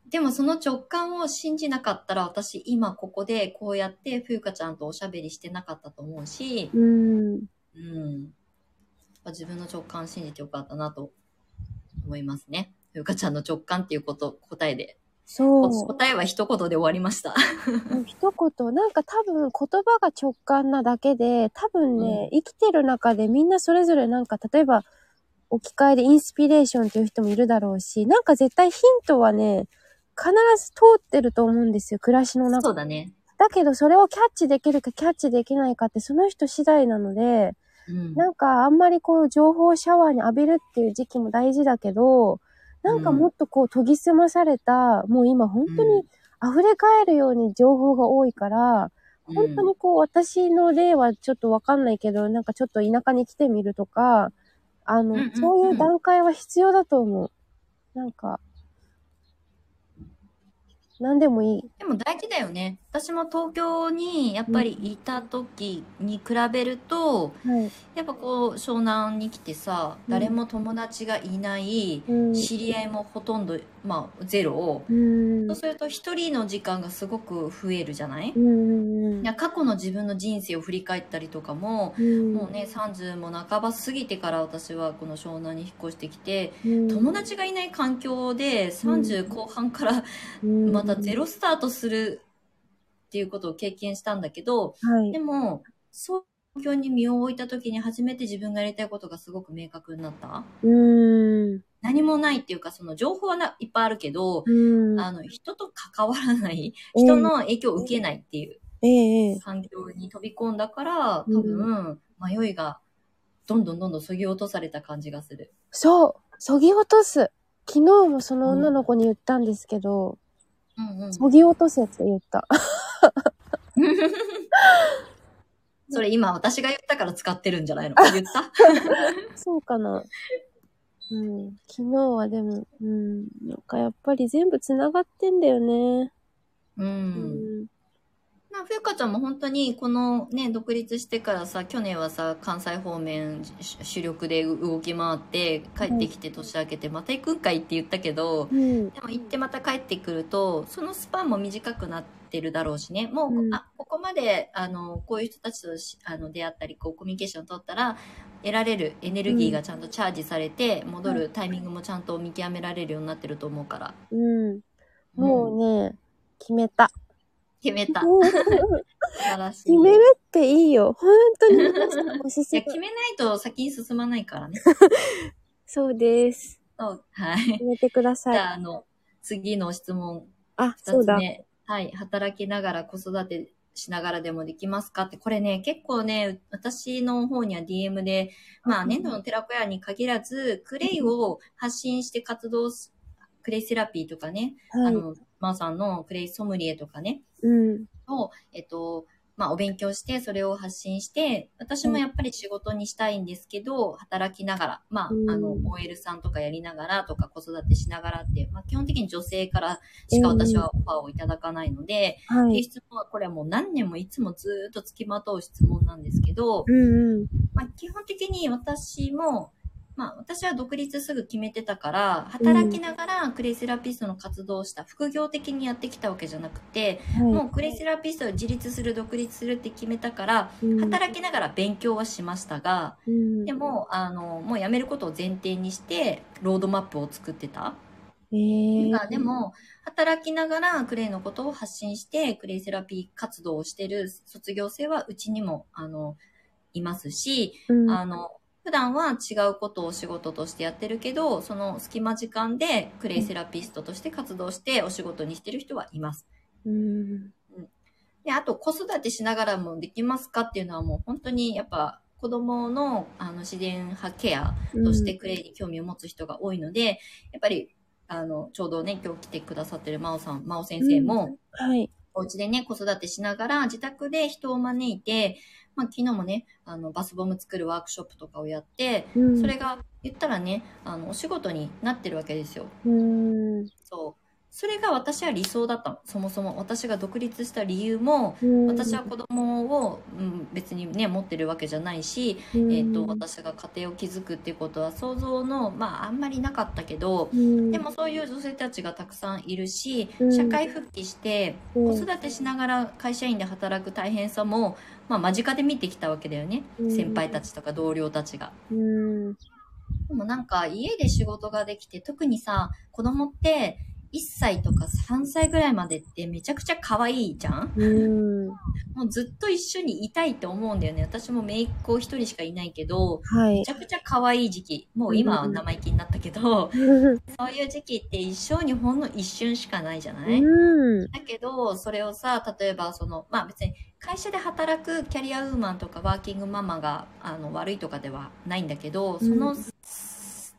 Speaker 2: でもその直感を信じなかったら私今ここでこうやってふゆかちゃんとおしゃべりしてなかったと思うし、
Speaker 1: うん。
Speaker 2: うん。やっぱ自分の直感信じてよかったなと思いますね。ふうかちゃんの直感っていうこと、答えで。
Speaker 1: そう。
Speaker 2: 答えは一言で終わりました。
Speaker 1: 一言、なんか多分言葉が直感なだけで、多分ね、生きてる中でみんなそれぞれなんか、例えば、置き換えでインスピレーションという人もいるだろうし、なんか絶対ヒントはね、必ず通ってると思うんですよ、暮らしの
Speaker 2: そ
Speaker 1: 中
Speaker 2: うだね。
Speaker 1: だけど、それをキャッチできるかキャッチできないかって、その人次第なので、
Speaker 2: うん。
Speaker 1: なんかあんまりこう、情報シャワーに浴びるっていう時期も大事だけど、なんかもっとこう、研ぎ澄まされた、もう今本当に溢れ返るように情報が多いから、
Speaker 2: うん
Speaker 1: 本当にこう、私の例はちょっとわかんないけど、なんかちょっと田舎に来てみるとか、あの、
Speaker 2: うんうんうん
Speaker 1: そういう段階は必要だと思う。なんか、なんでもいい。
Speaker 2: でも大事だよね。私も東京にやっぱりいた時に比べると、
Speaker 1: はい。
Speaker 2: やっぱこう湘南に来てさ、
Speaker 1: うん
Speaker 2: 誰も友達がいない、
Speaker 1: うん。
Speaker 2: 知り合いもほとんど、まあゼロを、
Speaker 1: うん
Speaker 2: そう。すると一人の時間がすごく増えるじゃない
Speaker 1: うん
Speaker 2: いや過去の自分の人生を振り返ったりとかも、
Speaker 1: うん。
Speaker 2: もうね30も半ば過ぎてから私はこの湘南に引っ越してきて、
Speaker 1: うん、
Speaker 2: 友達がいない環境で30後半から
Speaker 1: うん
Speaker 2: またゼ。ロスタートするっていうことを経験したんだけど、
Speaker 1: はい
Speaker 2: で。もそういう環境に身を置いた時に初めて自分がやりたいことがすごく明確になった
Speaker 1: うん。
Speaker 2: 何もないっていうかその情報はないっぱいあるけど、
Speaker 1: うん。
Speaker 2: あの人と関わらない人の影響を受けないっていう
Speaker 1: ええ、ええ。
Speaker 2: 環境に飛び込んだから、
Speaker 1: うん
Speaker 2: 多分、迷いがどんどんどんどんそぎ落とされた感じがする。
Speaker 1: そう。そぎ落とす。昨日もその女の子に言ったんですけど、
Speaker 2: うんうん。
Speaker 1: そぎ落とせって言った。
Speaker 2: それ今私が言ったから使ってるんじゃないの言った
Speaker 1: そうかな。うん。昨日はでも、うん。なんかやっぱり全部繋がってんだよね。
Speaker 2: う。
Speaker 1: うんん。
Speaker 2: まあ、ふゆかちゃんも本当にこのね、独立してからさ、去年はさ、関西方面主主力で動き回って、帰ってきて年明けて、また行くんかいって言ったけど、
Speaker 1: うん。
Speaker 2: でも行ってまた帰ってくると、そのスパンも短くなってるだろうしね。もう、
Speaker 1: うん
Speaker 2: あ、ここまで、あの、こういう人たちとしあの出会ったり、こう、コミュニケーション取ったら、得られるエネルギーがちゃんとチャージされて、戻るタイミングもちゃんと見極められるようになってると思うから。
Speaker 1: うん。もうね、決めた。
Speaker 2: 決めた。 素晴らしい。
Speaker 1: 決め
Speaker 2: い
Speaker 1: るっていいよ。本当 に私おすす
Speaker 2: や
Speaker 1: め。
Speaker 2: 決めないと先に進まないからね。
Speaker 1: そうです。
Speaker 2: そう。はい。
Speaker 1: 決めてくだ
Speaker 2: じ
Speaker 1: さい。
Speaker 2: ゃあ、あの、次の質問
Speaker 1: あ、そ
Speaker 2: 二
Speaker 1: う
Speaker 2: つ
Speaker 1: だ。
Speaker 2: 目。はい。働きながら子育てしながらでもできますかって、これね、結構ね、私の方には DM で、まあ、
Speaker 1: うん
Speaker 2: 年度のテラコヤに限らず、クレイを発信して活動す、クレイセラピーとかね、
Speaker 1: は
Speaker 2: あ
Speaker 1: い。
Speaker 2: の、まーさんのクレイソムリエとかね、
Speaker 1: うん。
Speaker 2: を、えっと、まあ、お勉強して、それを発信して、私もやっぱり仕事にしたいんですけど、働きながら、まあ、
Speaker 1: うん
Speaker 2: あの、OL さんとかやりながらとか、子育てしながらって、まあ、基本的に女性からしか
Speaker 1: うん
Speaker 2: 私はオファーをいただかないので、
Speaker 1: は
Speaker 2: っていう
Speaker 1: い。
Speaker 2: 質問は、これはもう何年もいつもずーっと付きまとう質問なんですけど、
Speaker 1: うんうん。
Speaker 2: まあ、基本的に私も、まあ、私は独立すぐ決めてたから、働きながらクレイセラピストの活動をした、副業的にやってきたわけじゃなくて、もうクレイセラピストを自立する、独立するって決めたから、
Speaker 1: う
Speaker 2: 働きながら勉強はしましたが、
Speaker 1: き
Speaker 2: で、も、あの、もう辞めることを前提にして、ロードマップを作ってた。
Speaker 1: えー、
Speaker 2: がで、も、働きながらクレイのことを発信して、クレイセラピー活動をしてる卒業生はうちにも、あの、いますし、
Speaker 1: うん、
Speaker 2: あの、普段は違うことをお仕事としてやってるけど、その隙間時間でクレイセラピストとして活動してお仕事にしてる人はいます。
Speaker 1: うん、
Speaker 2: で、あと子育てしながらもできますかっていうのはもう本当にやっぱ子供のあの自然派ケアとしてクレイに興味を持つ人が多いので、やっぱりあのちょうどね今日来てくださってる真央さん真央先生も、
Speaker 1: うん、はい。
Speaker 2: お家でね子育てしながら自宅で人を招いて、まあ、昨日もねあのバスボム作るワークショップとかをやって
Speaker 1: うん、
Speaker 2: それが言ったらねあのお仕事になってるわけですよ。
Speaker 1: うん、
Speaker 2: そうそれが私は理想だったのそもそも私が独立した理由も
Speaker 1: うん、
Speaker 2: 私は子供を、うん、別にね持ってるわけじゃないし、
Speaker 1: うん、
Speaker 2: えー、と私が家庭を築くっていうことは想像の、まあ、あんまりなかったけど
Speaker 1: うん、
Speaker 2: でもそういう女性たちがたくさんいるし
Speaker 1: うん
Speaker 2: 社会復帰して
Speaker 1: うん、
Speaker 2: 子育てしながら会社員で働く大変さも、まあ、間近で見てきたわけだよね
Speaker 1: うん
Speaker 2: 先輩たちとか同僚たちが。
Speaker 1: うん、
Speaker 2: でもなんか家で仕事ができて特にさ子供って1歳とか3歳ぐらいまでってめちゃくちゃ可愛いじゃん
Speaker 1: うん、
Speaker 2: もうずっと一緒にいたいと思うんだよね。私も姪っ子一人しかいないけど、
Speaker 1: はい
Speaker 2: めち。ゃくちゃ可愛い時期。もう今は生意気になったけど、
Speaker 1: うん、
Speaker 2: そういう時期って一生にほんの一瞬しかないじゃ ない、
Speaker 1: うん、
Speaker 2: だけど、それをさ、例えばその、まあ別に会社で働くキャリアウーマンとかワーキングママがあの悪いとかではないんだけど、その、
Speaker 1: うん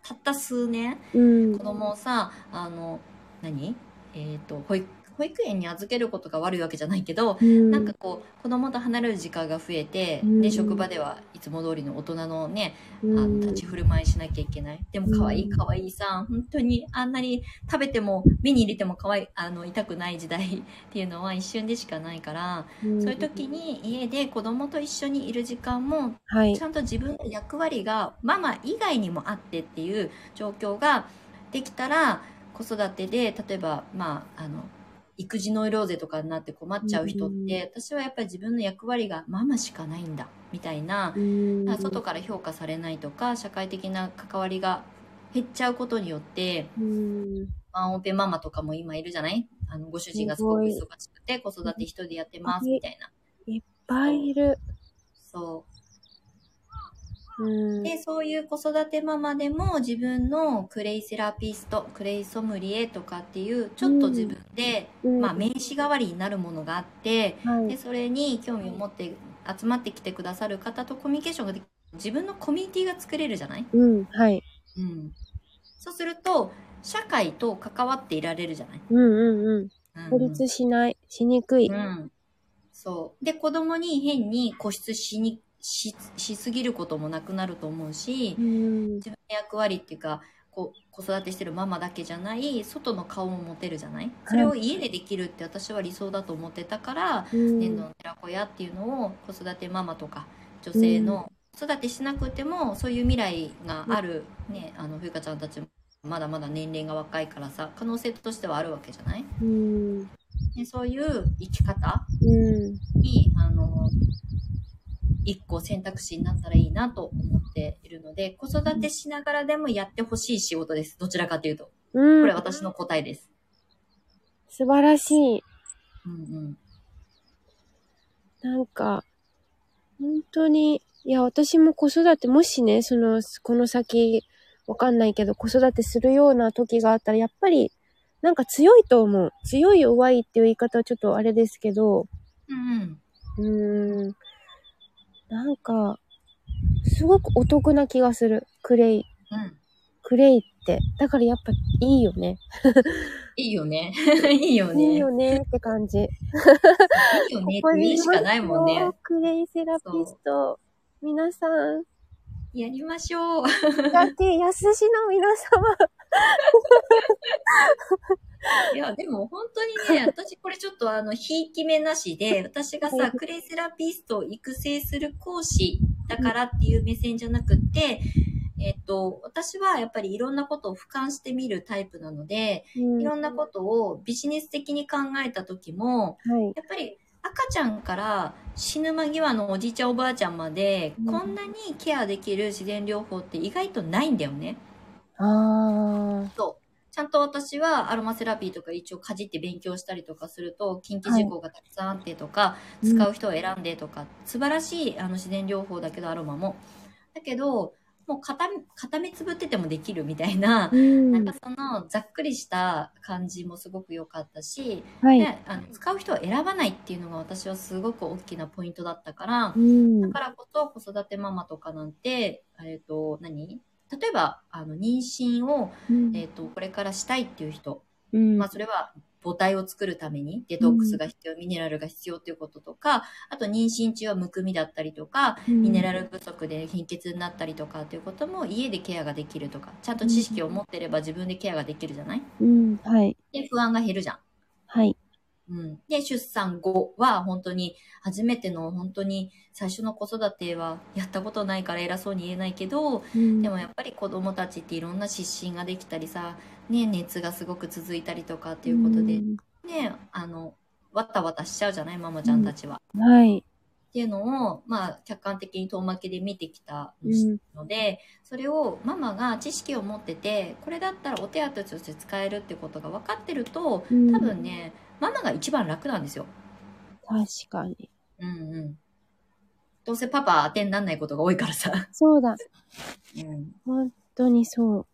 Speaker 2: たった数年、
Speaker 1: うん
Speaker 2: 子、供をさ、あの、何えっ、と、保育、保育園に預けることが悪いわけじゃないけど、なんかこう子供と離れる時間が増えて、
Speaker 1: うん
Speaker 2: で職場ではいつも通りの大人のね、
Speaker 1: う
Speaker 2: あ
Speaker 1: ん、
Speaker 2: の立ち振る舞いしなきゃいけないでも可
Speaker 1: う
Speaker 2: 愛い
Speaker 1: ん
Speaker 2: 可愛いさ本当にあんなに食べても目に入れても可愛いあの痛くない時代 っていうのは一瞬でしかないから、
Speaker 1: うん
Speaker 2: そういう時、に家で子供と一緒にいる時間も
Speaker 1: はい
Speaker 2: ち。ゃんと自分の役割がママ以外にもあってっていう状況ができたら子育てで例えばまああの育児ノイローゼとかになって困っちゃう人っ
Speaker 1: うん
Speaker 2: て、私はやっぱり自分の役割がママしかないんだみたいな、
Speaker 1: うん
Speaker 2: 外から評価されないとか社会的な関わりが減っちゃうことによって
Speaker 1: うん、
Speaker 2: ワンオペママとかも今いるじゃないあのご主人がすごく忙しくて子育て一人でやってますみたいな。
Speaker 1: バイル。
Speaker 2: そう
Speaker 1: うん、
Speaker 2: で、そういう子育てママでも自分のクレイセラピスト、クレイソムリエとかっていう、ちょっと自分で、
Speaker 1: うん
Speaker 2: まあ、名刺代わりになるものがあって、
Speaker 1: はい
Speaker 2: で、それに興味を持って集まってきてくださる方とコミュニケーションができ自分のコミュニティが作れるじゃない
Speaker 1: うん、はい。
Speaker 2: うん。そうすると、社会と関わっていられるじゃない
Speaker 1: うん、うん、うん。
Speaker 2: うん
Speaker 1: 孤立しない、しにくい。
Speaker 2: うん。そう。で、子供に変に固執しに、し、しすぎることもなくなると思うし、
Speaker 1: うん、
Speaker 2: 自分の役割っていうかこう子育てしてるママだけじゃない外の顔も持てるじゃないそれを家でできるって私は理想だと思ってたから、
Speaker 1: うん
Speaker 2: 年度の寺子屋っていうのを子育てママとか女性の子育てしなくてもそういう未来がある、ね、あのふゆかちゃんたちもまだまだ年齢が若いからさ可能性としてはあるわけじゃない
Speaker 1: うん、
Speaker 2: でそういう生き方
Speaker 1: うん。
Speaker 2: にあの一個選択肢になったらいいなと思っているので子育てしながらでもやってほしい仕事ですどちらかというとこ
Speaker 1: うん、
Speaker 2: れは私の答えです、
Speaker 1: 素晴らしい。
Speaker 2: うんうん、
Speaker 1: なんか、本当に、いや、私も子育て、もしね、その、この先、わかんないけど、子育てするような時があったら、やっぱり、なんか強いと思う。強い弱いっていう言い方はちょっとあれですけど、
Speaker 2: うんうん
Speaker 1: うーん。なんか、すごくお得な気がする。クレイ、
Speaker 2: うん
Speaker 1: クレイって。だからやっぱいいよね。
Speaker 2: いいよね いいよねい
Speaker 1: いい
Speaker 2: いよ
Speaker 1: よねって感じ。
Speaker 2: ねって言うしかないも
Speaker 1: ここ
Speaker 2: ん
Speaker 1: にい
Speaker 2: ね
Speaker 1: ますよクレイセラピスト。皆さん、
Speaker 2: やりましょう
Speaker 1: だ って、やすしの皆様。
Speaker 2: いやでも本当 にね私これちょっとあのひいき目なしで私が
Speaker 1: はい
Speaker 2: さクレイセラピストを育成する講師だからっていう目線じゃなくってえっと、私はやっぱりいろんなことを俯瞰してみるタイプなので、
Speaker 1: うん
Speaker 2: いろんなことをビジネス的に考えた時も、
Speaker 1: はい。
Speaker 2: やっぱり赤ちゃんから死ぬ間際のおじいちゃんおばあちゃんまで、
Speaker 1: うん
Speaker 2: こんなにケアできる自然療法って意外とないんだよね。
Speaker 1: あ
Speaker 2: ちゃんと私はアロマセラピーとか一応かじって勉強したりとかすると、近畿事項がたくさんあってとか、
Speaker 1: うん
Speaker 2: 使う人を選んでとか、素晴らしいあの自然療法だけどアロマも。だけど、もう片片目つぶっててもできるみたいな
Speaker 1: あ。、うん
Speaker 2: なんかそのざっくりした感じもすごく良かったし、
Speaker 1: はい。
Speaker 2: ね、あの使う人を選ばないっていうのが私はすごく大きなポイントだったから
Speaker 1: う、ん
Speaker 2: だからこそ子育てママとかなんて、えっ、と、何例えば、あの、妊娠を、
Speaker 1: うん
Speaker 2: えっ、と、これからしたいっていう人、
Speaker 1: うん
Speaker 2: まあ、それは母体を作るためにデトックスが必要、ミネラルが必要っていうこととか、あと妊娠中はむくみだったりとか、ミネラル不足で貧血になったりとかっていうことも家でケアができるとか、ちゃんと知識を持ってれば自分でケアができるじゃない
Speaker 1: うん。はい。
Speaker 2: で、不安が減るじゃん。
Speaker 1: はい。
Speaker 2: うん、で、出産後は本当に初めての本当に最初の子育てはやったことないから偉そうに言えないけど、で
Speaker 1: で
Speaker 2: もやっぱり子供たちっていろんな失神ができたりさ、ね、熱がすごく続いたりとかっていうことで、ね、あの、わたわたしちゃうじゃないママちゃんたちは。
Speaker 1: はい。
Speaker 2: っていうのを、まあ、客観的に遠巻きで見てきた
Speaker 1: うん
Speaker 2: ので、それをママが知識を持ってて、これだったらお手当として使えるってことが分かってると、
Speaker 1: うん
Speaker 2: 多分ね、ママが一番楽なんですよ。
Speaker 1: 確かに。
Speaker 2: うんうん。どうせパパ当てになんないことが多いからさ。
Speaker 1: そうだ。
Speaker 2: うん。
Speaker 1: 本当にそう。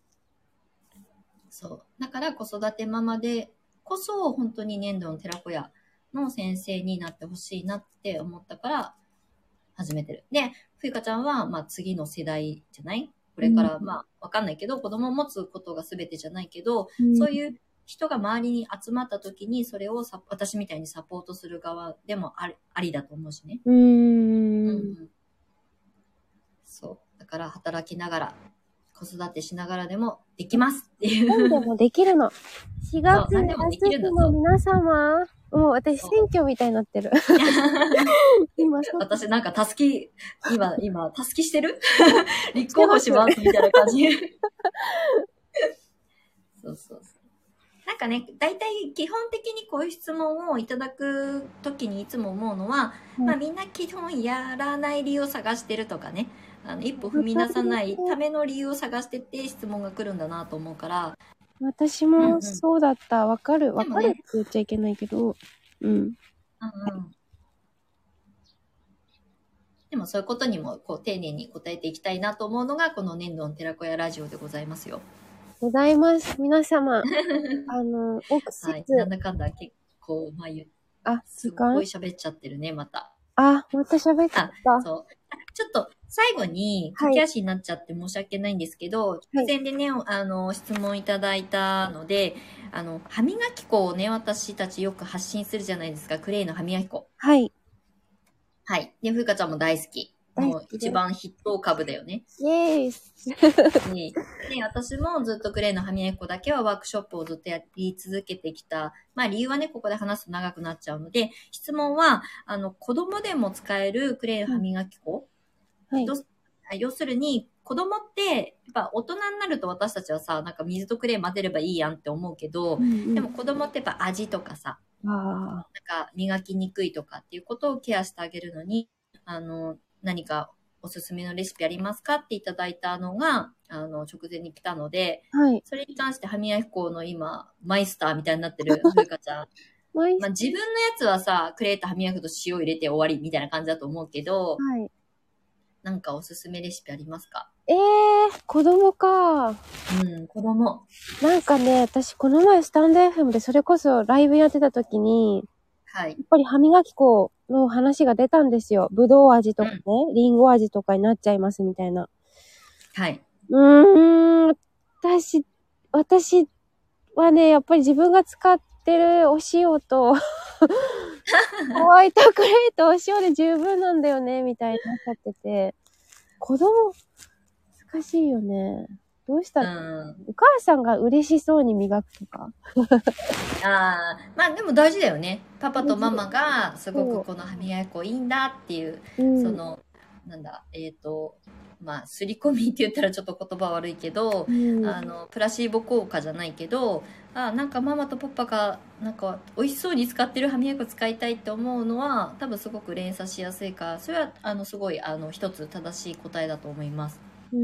Speaker 2: そう。だから子育てママでこそ、本当に粘土の寺子屋の先生になってほしいなって思ったから、始めてる。で、ふゆかちゃんは、まあ次の世代じゃないこれから、
Speaker 1: うん
Speaker 2: まあわかんないけど、子供を持つことが全てじゃないけど、
Speaker 1: ん
Speaker 2: そういう人が周りに集まった時に、それをさ私みたいにサポートする側でもありありだと思うしね。
Speaker 1: うー。
Speaker 2: うんんそう。だから働きながら、子育てしながらでもできますってい
Speaker 1: 何で
Speaker 2: う。
Speaker 1: もでき るの。4月
Speaker 2: そう何でもでき
Speaker 1: 休
Speaker 2: る
Speaker 1: み
Speaker 2: んだ
Speaker 1: の
Speaker 2: ぞ
Speaker 1: 皆様。もう私
Speaker 2: そう
Speaker 1: 選挙みたいになってる。今、そう
Speaker 2: 私なんかたすき、今、今、たすきして る立候補しますみたいな感じ。そうそうそう。なんかね、大体基本的にこういう質問をいただくときにいつも思うのは、
Speaker 1: うん
Speaker 2: まあみんな基本やらない理由を探してるとかね、あの一歩踏み出さないための理由を探してて質問が来るんだなと思うから、
Speaker 1: 私
Speaker 2: うんう
Speaker 1: も
Speaker 2: ん
Speaker 1: そうだった。わかる。わ
Speaker 2: でも
Speaker 1: か
Speaker 2: ね
Speaker 1: るって言っちゃいけないけど。うん。
Speaker 2: うんうんでもそういうことにもこう丁寧に答えていきたいなと思うのがこの年度の寺子屋ラジオでございますよ。
Speaker 1: ございます。皆 様。あの、奥
Speaker 2: はい
Speaker 1: 節。、
Speaker 2: なんだかんだ結構、まあ、ゆ
Speaker 1: あ、
Speaker 2: す
Speaker 1: 時
Speaker 2: っご
Speaker 1: 間
Speaker 2: い喋っちゃってるね、また。
Speaker 1: あ、また喋っちゃった。
Speaker 2: そう。ちょっと最後に
Speaker 1: はい
Speaker 2: 駆け足になっちゃって申し訳ないんですけど、直前でね、あの、質問いただいたので、あの、歯磨き粉をね、私たちよく発信するじゃないですか、クレイの歯磨き粉。
Speaker 1: はい。
Speaker 2: はい。で、ふうかちゃんも大好き。
Speaker 1: 大
Speaker 2: も
Speaker 1: 好
Speaker 2: う
Speaker 1: きです
Speaker 2: 一番筆頭株だよね。
Speaker 1: イエー イ。
Speaker 2: ね、で私もずっとグレーの歯磨き粉だけはワークショップをずっとやり続けてきた。まあ理由はね、ここで話すと長くなっちゃうので、質問は、あの、子供でも使えるクレーの歯磨き粉、
Speaker 1: はい
Speaker 2: ど。うすあ要するに、子供って、やっぱ大人になると私たちはさ、なんか水とクレー混ぜればいいやんって思うけど、で
Speaker 1: で
Speaker 2: も、子供ってやっぱ味とかさ、
Speaker 1: あ
Speaker 2: なんか磨きにくいとかっていうことをケアしてあげるのに、あの、何かおすすめのレシピありますかっていただいたのが、あの、直前に来たので、
Speaker 1: あ、はい。
Speaker 2: それに関して歯磨き粉の今、マイスターみたいになって る、ふうかちゃん。
Speaker 1: マイ
Speaker 2: まあ自分のやつはさ、クレート歯磨き粉と塩入れて終わりみたいな感じだと思うけど、
Speaker 1: はい。
Speaker 2: なんかおすすめレシピありますか
Speaker 1: えー、子供か。
Speaker 2: うん、子供。
Speaker 1: なんかね、私この前スタンド FM でそれこそライブやってた時に、
Speaker 2: はい
Speaker 1: や。っぱり歯磨き粉の話が出たんですよ。ぶどう味とかね、りんご味とかになっちゃいますみたいな。
Speaker 2: はい。
Speaker 1: うーん、私、私はね、やっぱり自分が使ってるお塩と、ホワイトクレートお塩で十分なんだよね、みたいになっちゃってて。子供、難しいよね。どうし
Speaker 2: う
Speaker 1: たら、
Speaker 2: ん。
Speaker 1: お母さんが嬉しそうに磨くとか。
Speaker 2: ああ、まあでも大事だよね。パパとママがすごくこの歯磨き粉いいんだっていう、
Speaker 1: うん
Speaker 2: その、なんだ、えっ、と、まあ、すり込みって言ったらちょっと言葉悪いけど、
Speaker 1: うん
Speaker 2: あの、プラシーボ効果じゃないけど、あ、なんかママとパパが、なんか、美味しそうに使ってる歯磨き粉使いたいって思うのは、多分すごく連鎖しやすいから、それは、あの、すごい、あの、一つ正しい答えだと思います。
Speaker 1: う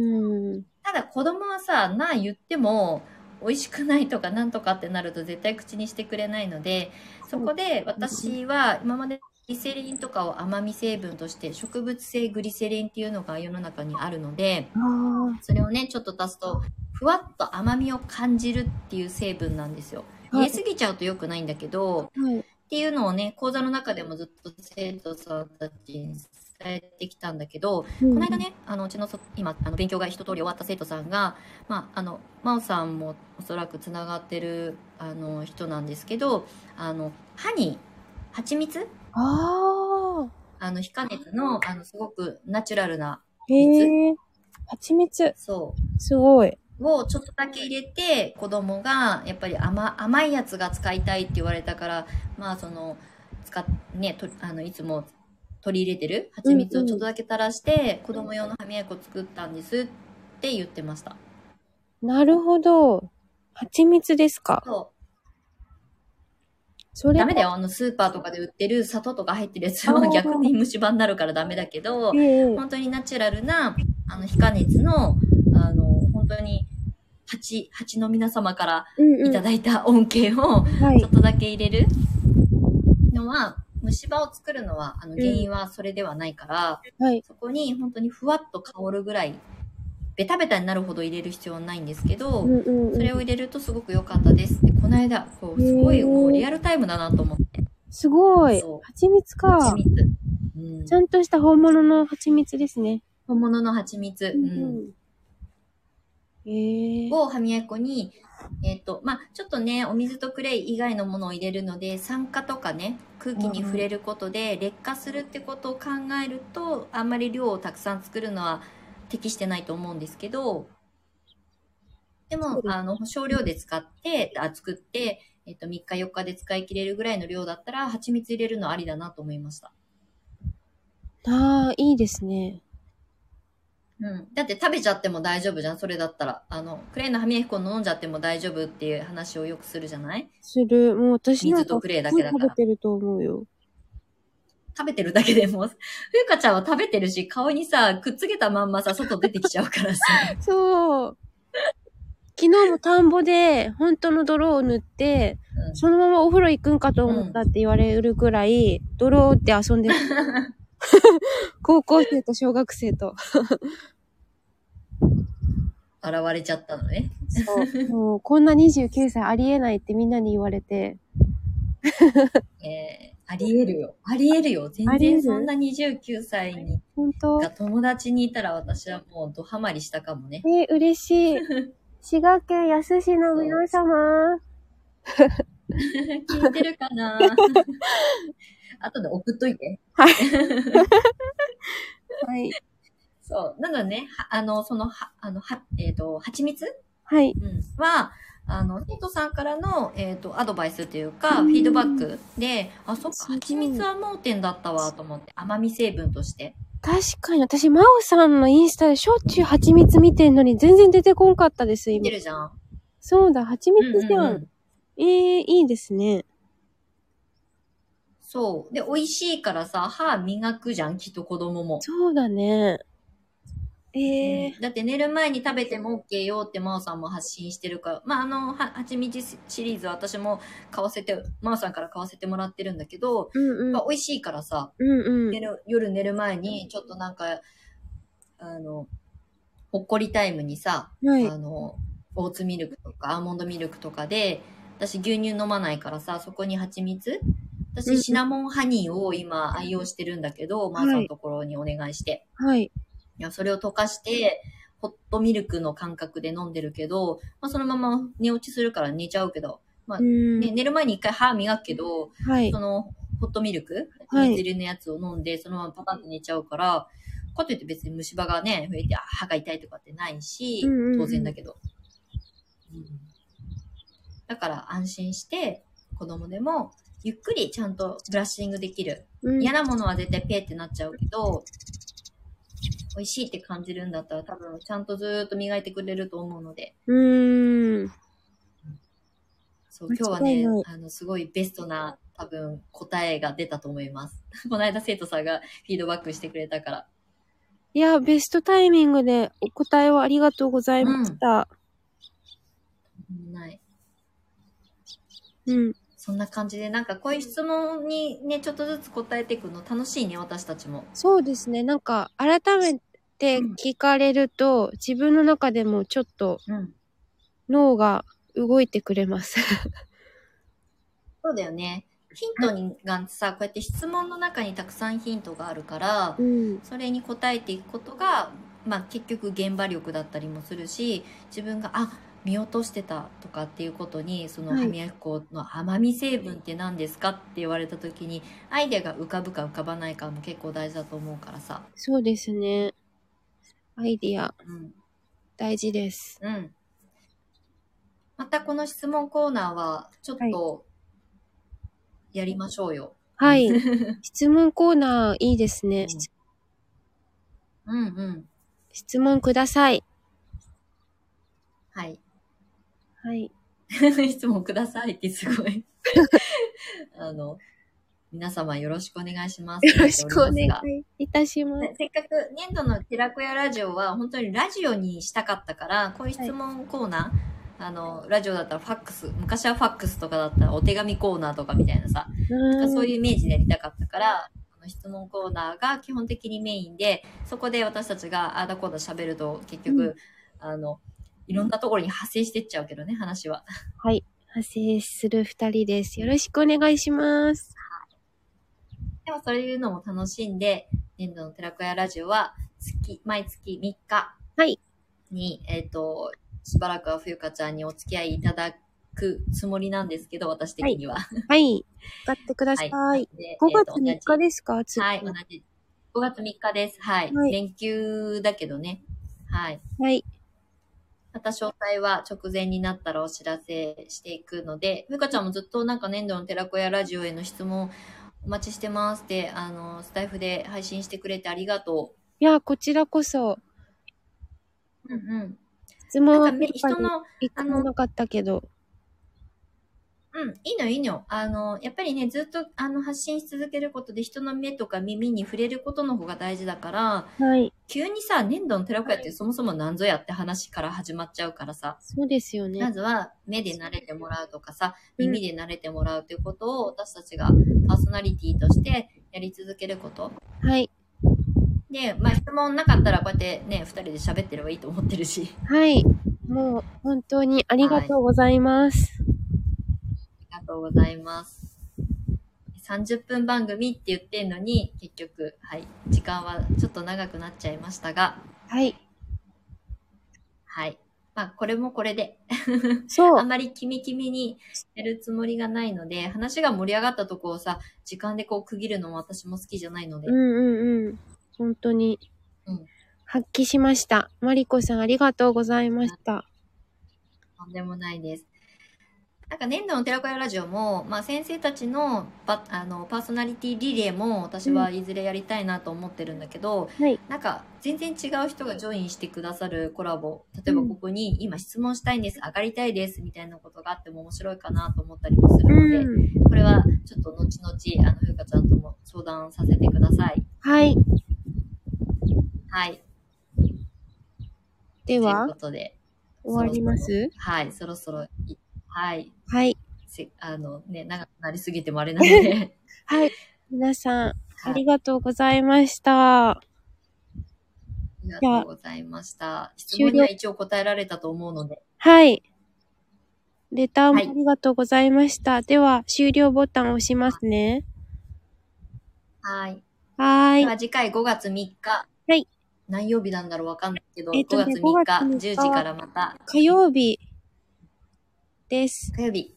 Speaker 1: ん。
Speaker 2: ただ子供はさ、なあ言っても、美味しくないとかなんとかってなると絶対口にしてくれないので、そこで私は今までグリセリンとかを甘み成分として植物性グリセリンっていうのが世の中にあるので、
Speaker 1: あ
Speaker 2: それをね、ちょっと足すと、ふわっと甘みを感じるっていう成分なんですよ。
Speaker 1: あ。
Speaker 2: 入れすぎちゃうと良くないんだけど、
Speaker 1: はい。
Speaker 2: っていうのをね、講座の中でもずっと生徒さんたちに伝えてきたんだけど、
Speaker 1: こ
Speaker 2: この間。ね、あのうちのそ今あの勉強が一通り終わった生徒さんが、まあ、あの真央さんもおそらくつながってるあの人なんですけどあの歯に蜂蜜
Speaker 1: ああ。
Speaker 2: あの非加熱のあのすごくナチュラルな
Speaker 1: へえ。蜂蜜。
Speaker 2: そ
Speaker 1: すごい。
Speaker 2: うをちょっとだけ入れて子供がやっぱり甘甘いやつが使いたいって言われたからまあその使っねとあのいつも取り入れてる蜂蜜をちょっとだけ垂らして、子供用の歯磨き粉作ったんですって言ってました。
Speaker 1: なるほど。蜂蜜ですか。
Speaker 2: そう
Speaker 1: それ
Speaker 2: ダメだよ。あの、スーパーとかで売ってる砂糖とか入ってるやつは
Speaker 1: あー
Speaker 2: 逆に虫歯になるからダメだけど
Speaker 1: え、え
Speaker 2: 本当にナチュラルな、あの、非加熱の、あの、本当に、蜂、蜂の皆様から
Speaker 1: うん
Speaker 2: いただいた恩恵
Speaker 1: う
Speaker 2: を、
Speaker 1: ん。は
Speaker 2: ちょ
Speaker 1: い
Speaker 2: っ。とだけ入れるのは、虫歯を作るのは、あの、原因はそれではないから、
Speaker 1: はい。
Speaker 2: そこに本当にふわっと香るぐらい、ベタベタになるほど入れる必要はないんですけど、
Speaker 1: うんうんうん
Speaker 2: それを入れるとすごく良かったですって、この間、こう、すごいもうリアルタイムだなと思って。
Speaker 1: すごい
Speaker 2: そう。
Speaker 1: 蜂蜜か。
Speaker 2: 蜂蜜。うん
Speaker 1: ちゃんとした本物の蜂蜜ですね。
Speaker 2: 本物の蜂蜜、うん
Speaker 1: うん。ええ。
Speaker 2: を歯磨き粉に、えっ、と、まあ、ちょっとね、お水とクレイ以外のものを入れるので、酸化とかね、空気に触れることで劣化するってことを考えると、あんまり量をたくさん作るのは適してないと思うんですけど、で
Speaker 1: そう
Speaker 2: も
Speaker 1: で、す
Speaker 2: あの、少量で使って、あ作って、えっ、と、3日4日で使い切れるぐらいの量だったら、蜂蜜入れるのありだなと思いました。
Speaker 1: ああ、いいですね。
Speaker 2: うん、だって食べちゃっても大丈夫じゃんそれだったらあのクレイの歯磨き粉飲んじゃっても大丈夫っていう話をよくするじゃない
Speaker 1: する。もう私なん
Speaker 2: 水
Speaker 1: か
Speaker 2: とクレイだけだか
Speaker 1: 食べ
Speaker 2: ら
Speaker 1: てると思うよ。
Speaker 2: 食べてるだけでもふゆかちゃんは食べてるし顔にさくっつけたまんまさ外出てきちゃうからさ
Speaker 1: そう。昨日も田んぼで本当の泥を塗って、
Speaker 2: うん
Speaker 1: そのままお風呂行くんかと思ったって言われるぐらい、泥って遊 んでる。高校生と小学生と。
Speaker 2: 現れちゃったのね
Speaker 1: そう。もうこんな29歳ありえないってみんなに言われて。
Speaker 2: えーありえるよありえるよ全
Speaker 1: ありえる
Speaker 2: 然そんな29歳に
Speaker 1: 本当
Speaker 2: が友達にいたら私はもうドハマりしたか もね
Speaker 1: えー、嬉しい。滋賀県安市の皆様。
Speaker 2: 聞いてるか な後で送っといて
Speaker 1: はい。
Speaker 2: そう。なのでね、はあの、その、は、あの、は、えっ、と、蜂蜜
Speaker 1: はい。
Speaker 2: うん。は、あの、生徒さんからの、えっ、と、アドバイスというか、
Speaker 1: うん
Speaker 2: フィードバックで、あ、そっ
Speaker 1: す
Speaker 2: か、
Speaker 1: ごい
Speaker 2: 蜂蜜は盲点だったわ、と思って。甘み成分として。
Speaker 1: 確かに私、真央さんのインスタでしょっちゅう蜂蜜見てんのに全然出てこんかったです、
Speaker 2: 見
Speaker 1: 今
Speaker 2: て。るじゃん。
Speaker 1: そうだ、蜂
Speaker 2: うん
Speaker 1: 蜜
Speaker 2: うん
Speaker 1: じゃん。
Speaker 2: うん。
Speaker 1: ええいいですね。
Speaker 2: そう。で、美味しいからさ、歯磨くじゃん、きっと子供も。
Speaker 1: そうだね。ええ
Speaker 2: うんだって寝る前に食べても OK よって真央さんも発信してるから、まあ、あの、は、蜂蜜シリーズは私も買わせて、真央さんから買わせてもらってるんだけど、
Speaker 1: うんう
Speaker 2: や
Speaker 1: ん
Speaker 2: っ。ぱ美味しいからさ、
Speaker 1: うんうん
Speaker 2: 寝。る夜寝る前に、ちょっとなんか、あの、ほっこりタイムにさ、
Speaker 1: はい。
Speaker 2: あの、オーツミルクとかアーモンドミルクとかで、私牛乳飲まないからさ、そこに蜂蜜
Speaker 1: うんうん
Speaker 2: 私シナモンハニーを今愛用してるんだけど、マーさんのところにお願いして。
Speaker 1: はい。
Speaker 2: いや、それを溶かして、ホットミルクの感覚で飲んでるけど、まあそのまま寝落ちするから寝ちゃうけど、
Speaker 1: う
Speaker 2: ね、
Speaker 1: ん。
Speaker 2: 寝る前に一回歯磨くけど、
Speaker 1: はい
Speaker 2: そ。のホットミルク、
Speaker 1: はい
Speaker 2: 水入りのやつを飲んで、そのままパタンと寝ちゃうから、かといって別に虫歯がね、増えてあ歯が痛いとかってないし、
Speaker 1: うんうんうん
Speaker 2: 当然だけど、うんだから安心して、子供でも、ゆっくりちゃんとブラッシングできる。
Speaker 1: うん
Speaker 2: 嫌なものは絶対ペーってなっちゃうけど、美味しいって感じるんだったら多分ちゃんとずーっと磨いてくれると思うので、
Speaker 1: うーん。
Speaker 2: そう、
Speaker 1: 間
Speaker 2: 今日は
Speaker 1: 違い
Speaker 2: ね
Speaker 1: ない、
Speaker 2: あの、すごいベストな多分答えが出たと思います。 この間生徒さんがフィードバックしてくれたから。
Speaker 1: いや、ベストタイミングでお答えをありがとうございました。
Speaker 2: ない。
Speaker 1: うん。
Speaker 2: そんな感じで、なんかこういう質問にね、ちょっとずつ答えていくの楽しいね、私たちも。
Speaker 1: そうですね。なんか、改めて聞かれると、自分の中でもちょっと
Speaker 2: うん。
Speaker 1: 脳が動いてくれます。
Speaker 2: そうだよね。ヒントにがさ、こうやって質問の中にたくさんヒントがあるから、
Speaker 1: うん。
Speaker 2: それに答えていくことが、まあ、結局現場力だったりもするし自分があ見落としてたとかっていうことにその
Speaker 1: はい
Speaker 2: 歯磨き粉の甘み成分って何ですかって言われた時にアイデアが浮かぶか浮かばないかも結構大事だと思うからさ、
Speaker 1: そうですね。アイディア、
Speaker 2: うん
Speaker 1: 大事です。
Speaker 2: うん、またこの質問コーナーはちょっとやりましょうよ。
Speaker 1: はい。質問コーナーいいですね。
Speaker 2: うん、うんうん
Speaker 1: 質問ください。
Speaker 2: はい
Speaker 1: はい。
Speaker 2: 質問くださ いってすごい。 あの、皆様よろしくお願いします。
Speaker 1: よろしくお願い
Speaker 2: が
Speaker 1: いたします。
Speaker 2: せっかく年度の寺子屋ラジオは本当にラジオにしたかったから、こういう質問コーナー、あの、ラジオだったらファックス、昔はファックスとかだったらお手紙コーナーとかみたいなさ、
Speaker 1: う
Speaker 2: そう
Speaker 1: う
Speaker 2: いうイメージでやりたかったから、この質問コーナーが基本的にメインで、そこで私たちがあーだこーだ喋ると結局、
Speaker 1: うん
Speaker 2: あの、いろんなところに派生してっちゃうけどね、話は。
Speaker 1: はい。派生する二人です。よろしくお願いし ます。
Speaker 2: でもそういうのも楽しんで、年度の寺子屋ラジオは月、毎月3日
Speaker 1: はい
Speaker 2: に、えっ、と、しばらくは冬香ちゃんにお付き合いいただくつもりなんですけど、私的には。
Speaker 1: はい。使ってください。
Speaker 2: で
Speaker 1: 5
Speaker 2: えー
Speaker 1: 月
Speaker 2: と
Speaker 1: 3
Speaker 2: 同
Speaker 1: 日ですか、
Speaker 2: じ
Speaker 1: 次
Speaker 2: はい、同じ。5月3日です。はい。
Speaker 1: はい
Speaker 2: 連休だけどね。はい。
Speaker 1: はい。
Speaker 2: また詳細は直前になったらお知らせしていくので、ふうかちゃんもずっとなんか年度の寺子屋ラジオへの質問お待ちしてますって、あの、スタイフで配信してくれてありがと
Speaker 1: いや、こちらこそ、
Speaker 2: う。うんうん。
Speaker 1: 質問
Speaker 2: な
Speaker 1: は、
Speaker 2: んか人の、
Speaker 1: 一個もなかったけど。
Speaker 2: うん、いいのいいの。あの、やっぱりね、ずっとあの発信し続けることで人の目とか耳に触れることの方が大事だから、
Speaker 1: はい。
Speaker 2: 急にさ、粘土の寺子屋ってそもそも何ぞやって話から始まっちゃうからさ、
Speaker 1: そうですよね
Speaker 2: ま。ずは目で慣れてもらうとかさ、
Speaker 1: うん
Speaker 2: 耳で慣れてもらうということを私たちがパーソナリティとしてやり続けること。
Speaker 1: はい。
Speaker 2: で、まあ質問なかったらこうやってね、二人で喋ってればいいと思ってるし。
Speaker 1: はい。もう、本当にありがとうございます。
Speaker 2: ありがとうございます。30分番組って言ってんのに、結局、はい、時間はちょっと長くなっちゃいましたが、
Speaker 1: はい。
Speaker 2: はい。まあ、これもこれで、
Speaker 1: そ
Speaker 2: あん
Speaker 1: う。
Speaker 2: まりキミキミにやるつもりがないので、話が盛り上がったとこをさ、時間でこう区切るのも私も好きじゃないので
Speaker 1: うん、うんうん。本当に
Speaker 2: うん。
Speaker 1: 発揮しました。マリコさんありがとうございました。
Speaker 2: とんでもないです。なんか年度の寺子屋ラジオも、まあ、先生たちのパあのパーソナリティリレーも私はいずれやりたいなと思ってるんだけど、
Speaker 1: はい。
Speaker 2: なんか全然違う人がジョインしてくださるコラボ例えばここに今質問したいんです上がりたいですみたいなことがあっても面白いかなと思ったりもするので、
Speaker 1: うん。
Speaker 2: これはちょっと後々あのふうかちゃんとも相談させてください。
Speaker 1: はい。
Speaker 2: はい、
Speaker 1: で
Speaker 2: という
Speaker 1: は
Speaker 2: こ、とで
Speaker 1: 終わります
Speaker 2: はいそろそろいはい
Speaker 1: はい。
Speaker 2: せあのね長くなりすぎてもあれな ので
Speaker 1: はい。皆さん、
Speaker 2: は
Speaker 1: あ
Speaker 2: い
Speaker 1: りがとうございました。
Speaker 2: ありがとうございました。質
Speaker 1: 終了
Speaker 2: 問には一応答えられたと思うので。
Speaker 1: はい。レターも
Speaker 2: はい
Speaker 1: ありがとうございました。では、終了ボタンを押しますね。
Speaker 2: はい。
Speaker 1: はー
Speaker 2: で
Speaker 1: い。
Speaker 2: は次回5月3日。
Speaker 1: はい。
Speaker 2: 何曜日なんだろうわかんないけど、
Speaker 1: えっとね
Speaker 2: 5月3
Speaker 1: 5
Speaker 2: 日
Speaker 1: 月3日
Speaker 2: 10時からまた
Speaker 1: 火曜日です。
Speaker 2: 火曜日、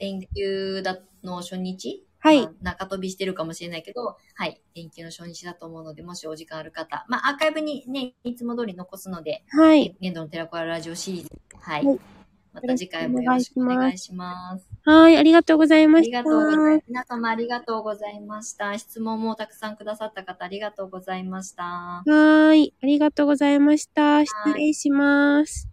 Speaker 2: 連休だの初日
Speaker 1: はい
Speaker 2: まあ中飛びしてるかもしれないけど、はい。連休の初日だと思うので、もしお時間ある方。まあ、アーカイブにね、いつも通り残すので、
Speaker 1: はい。
Speaker 2: 年度の寺子屋ラジオシリーズ。はい。
Speaker 1: はい
Speaker 2: また次回もよろしくお願いします。
Speaker 1: はい、ありがとうござい
Speaker 2: あ
Speaker 1: ま
Speaker 2: り
Speaker 1: した。
Speaker 2: がとうございます。皆様ありがとうございました。質問もたくさんくださった方ありがとうございました。
Speaker 1: はーい、ありがとうございました。失礼します。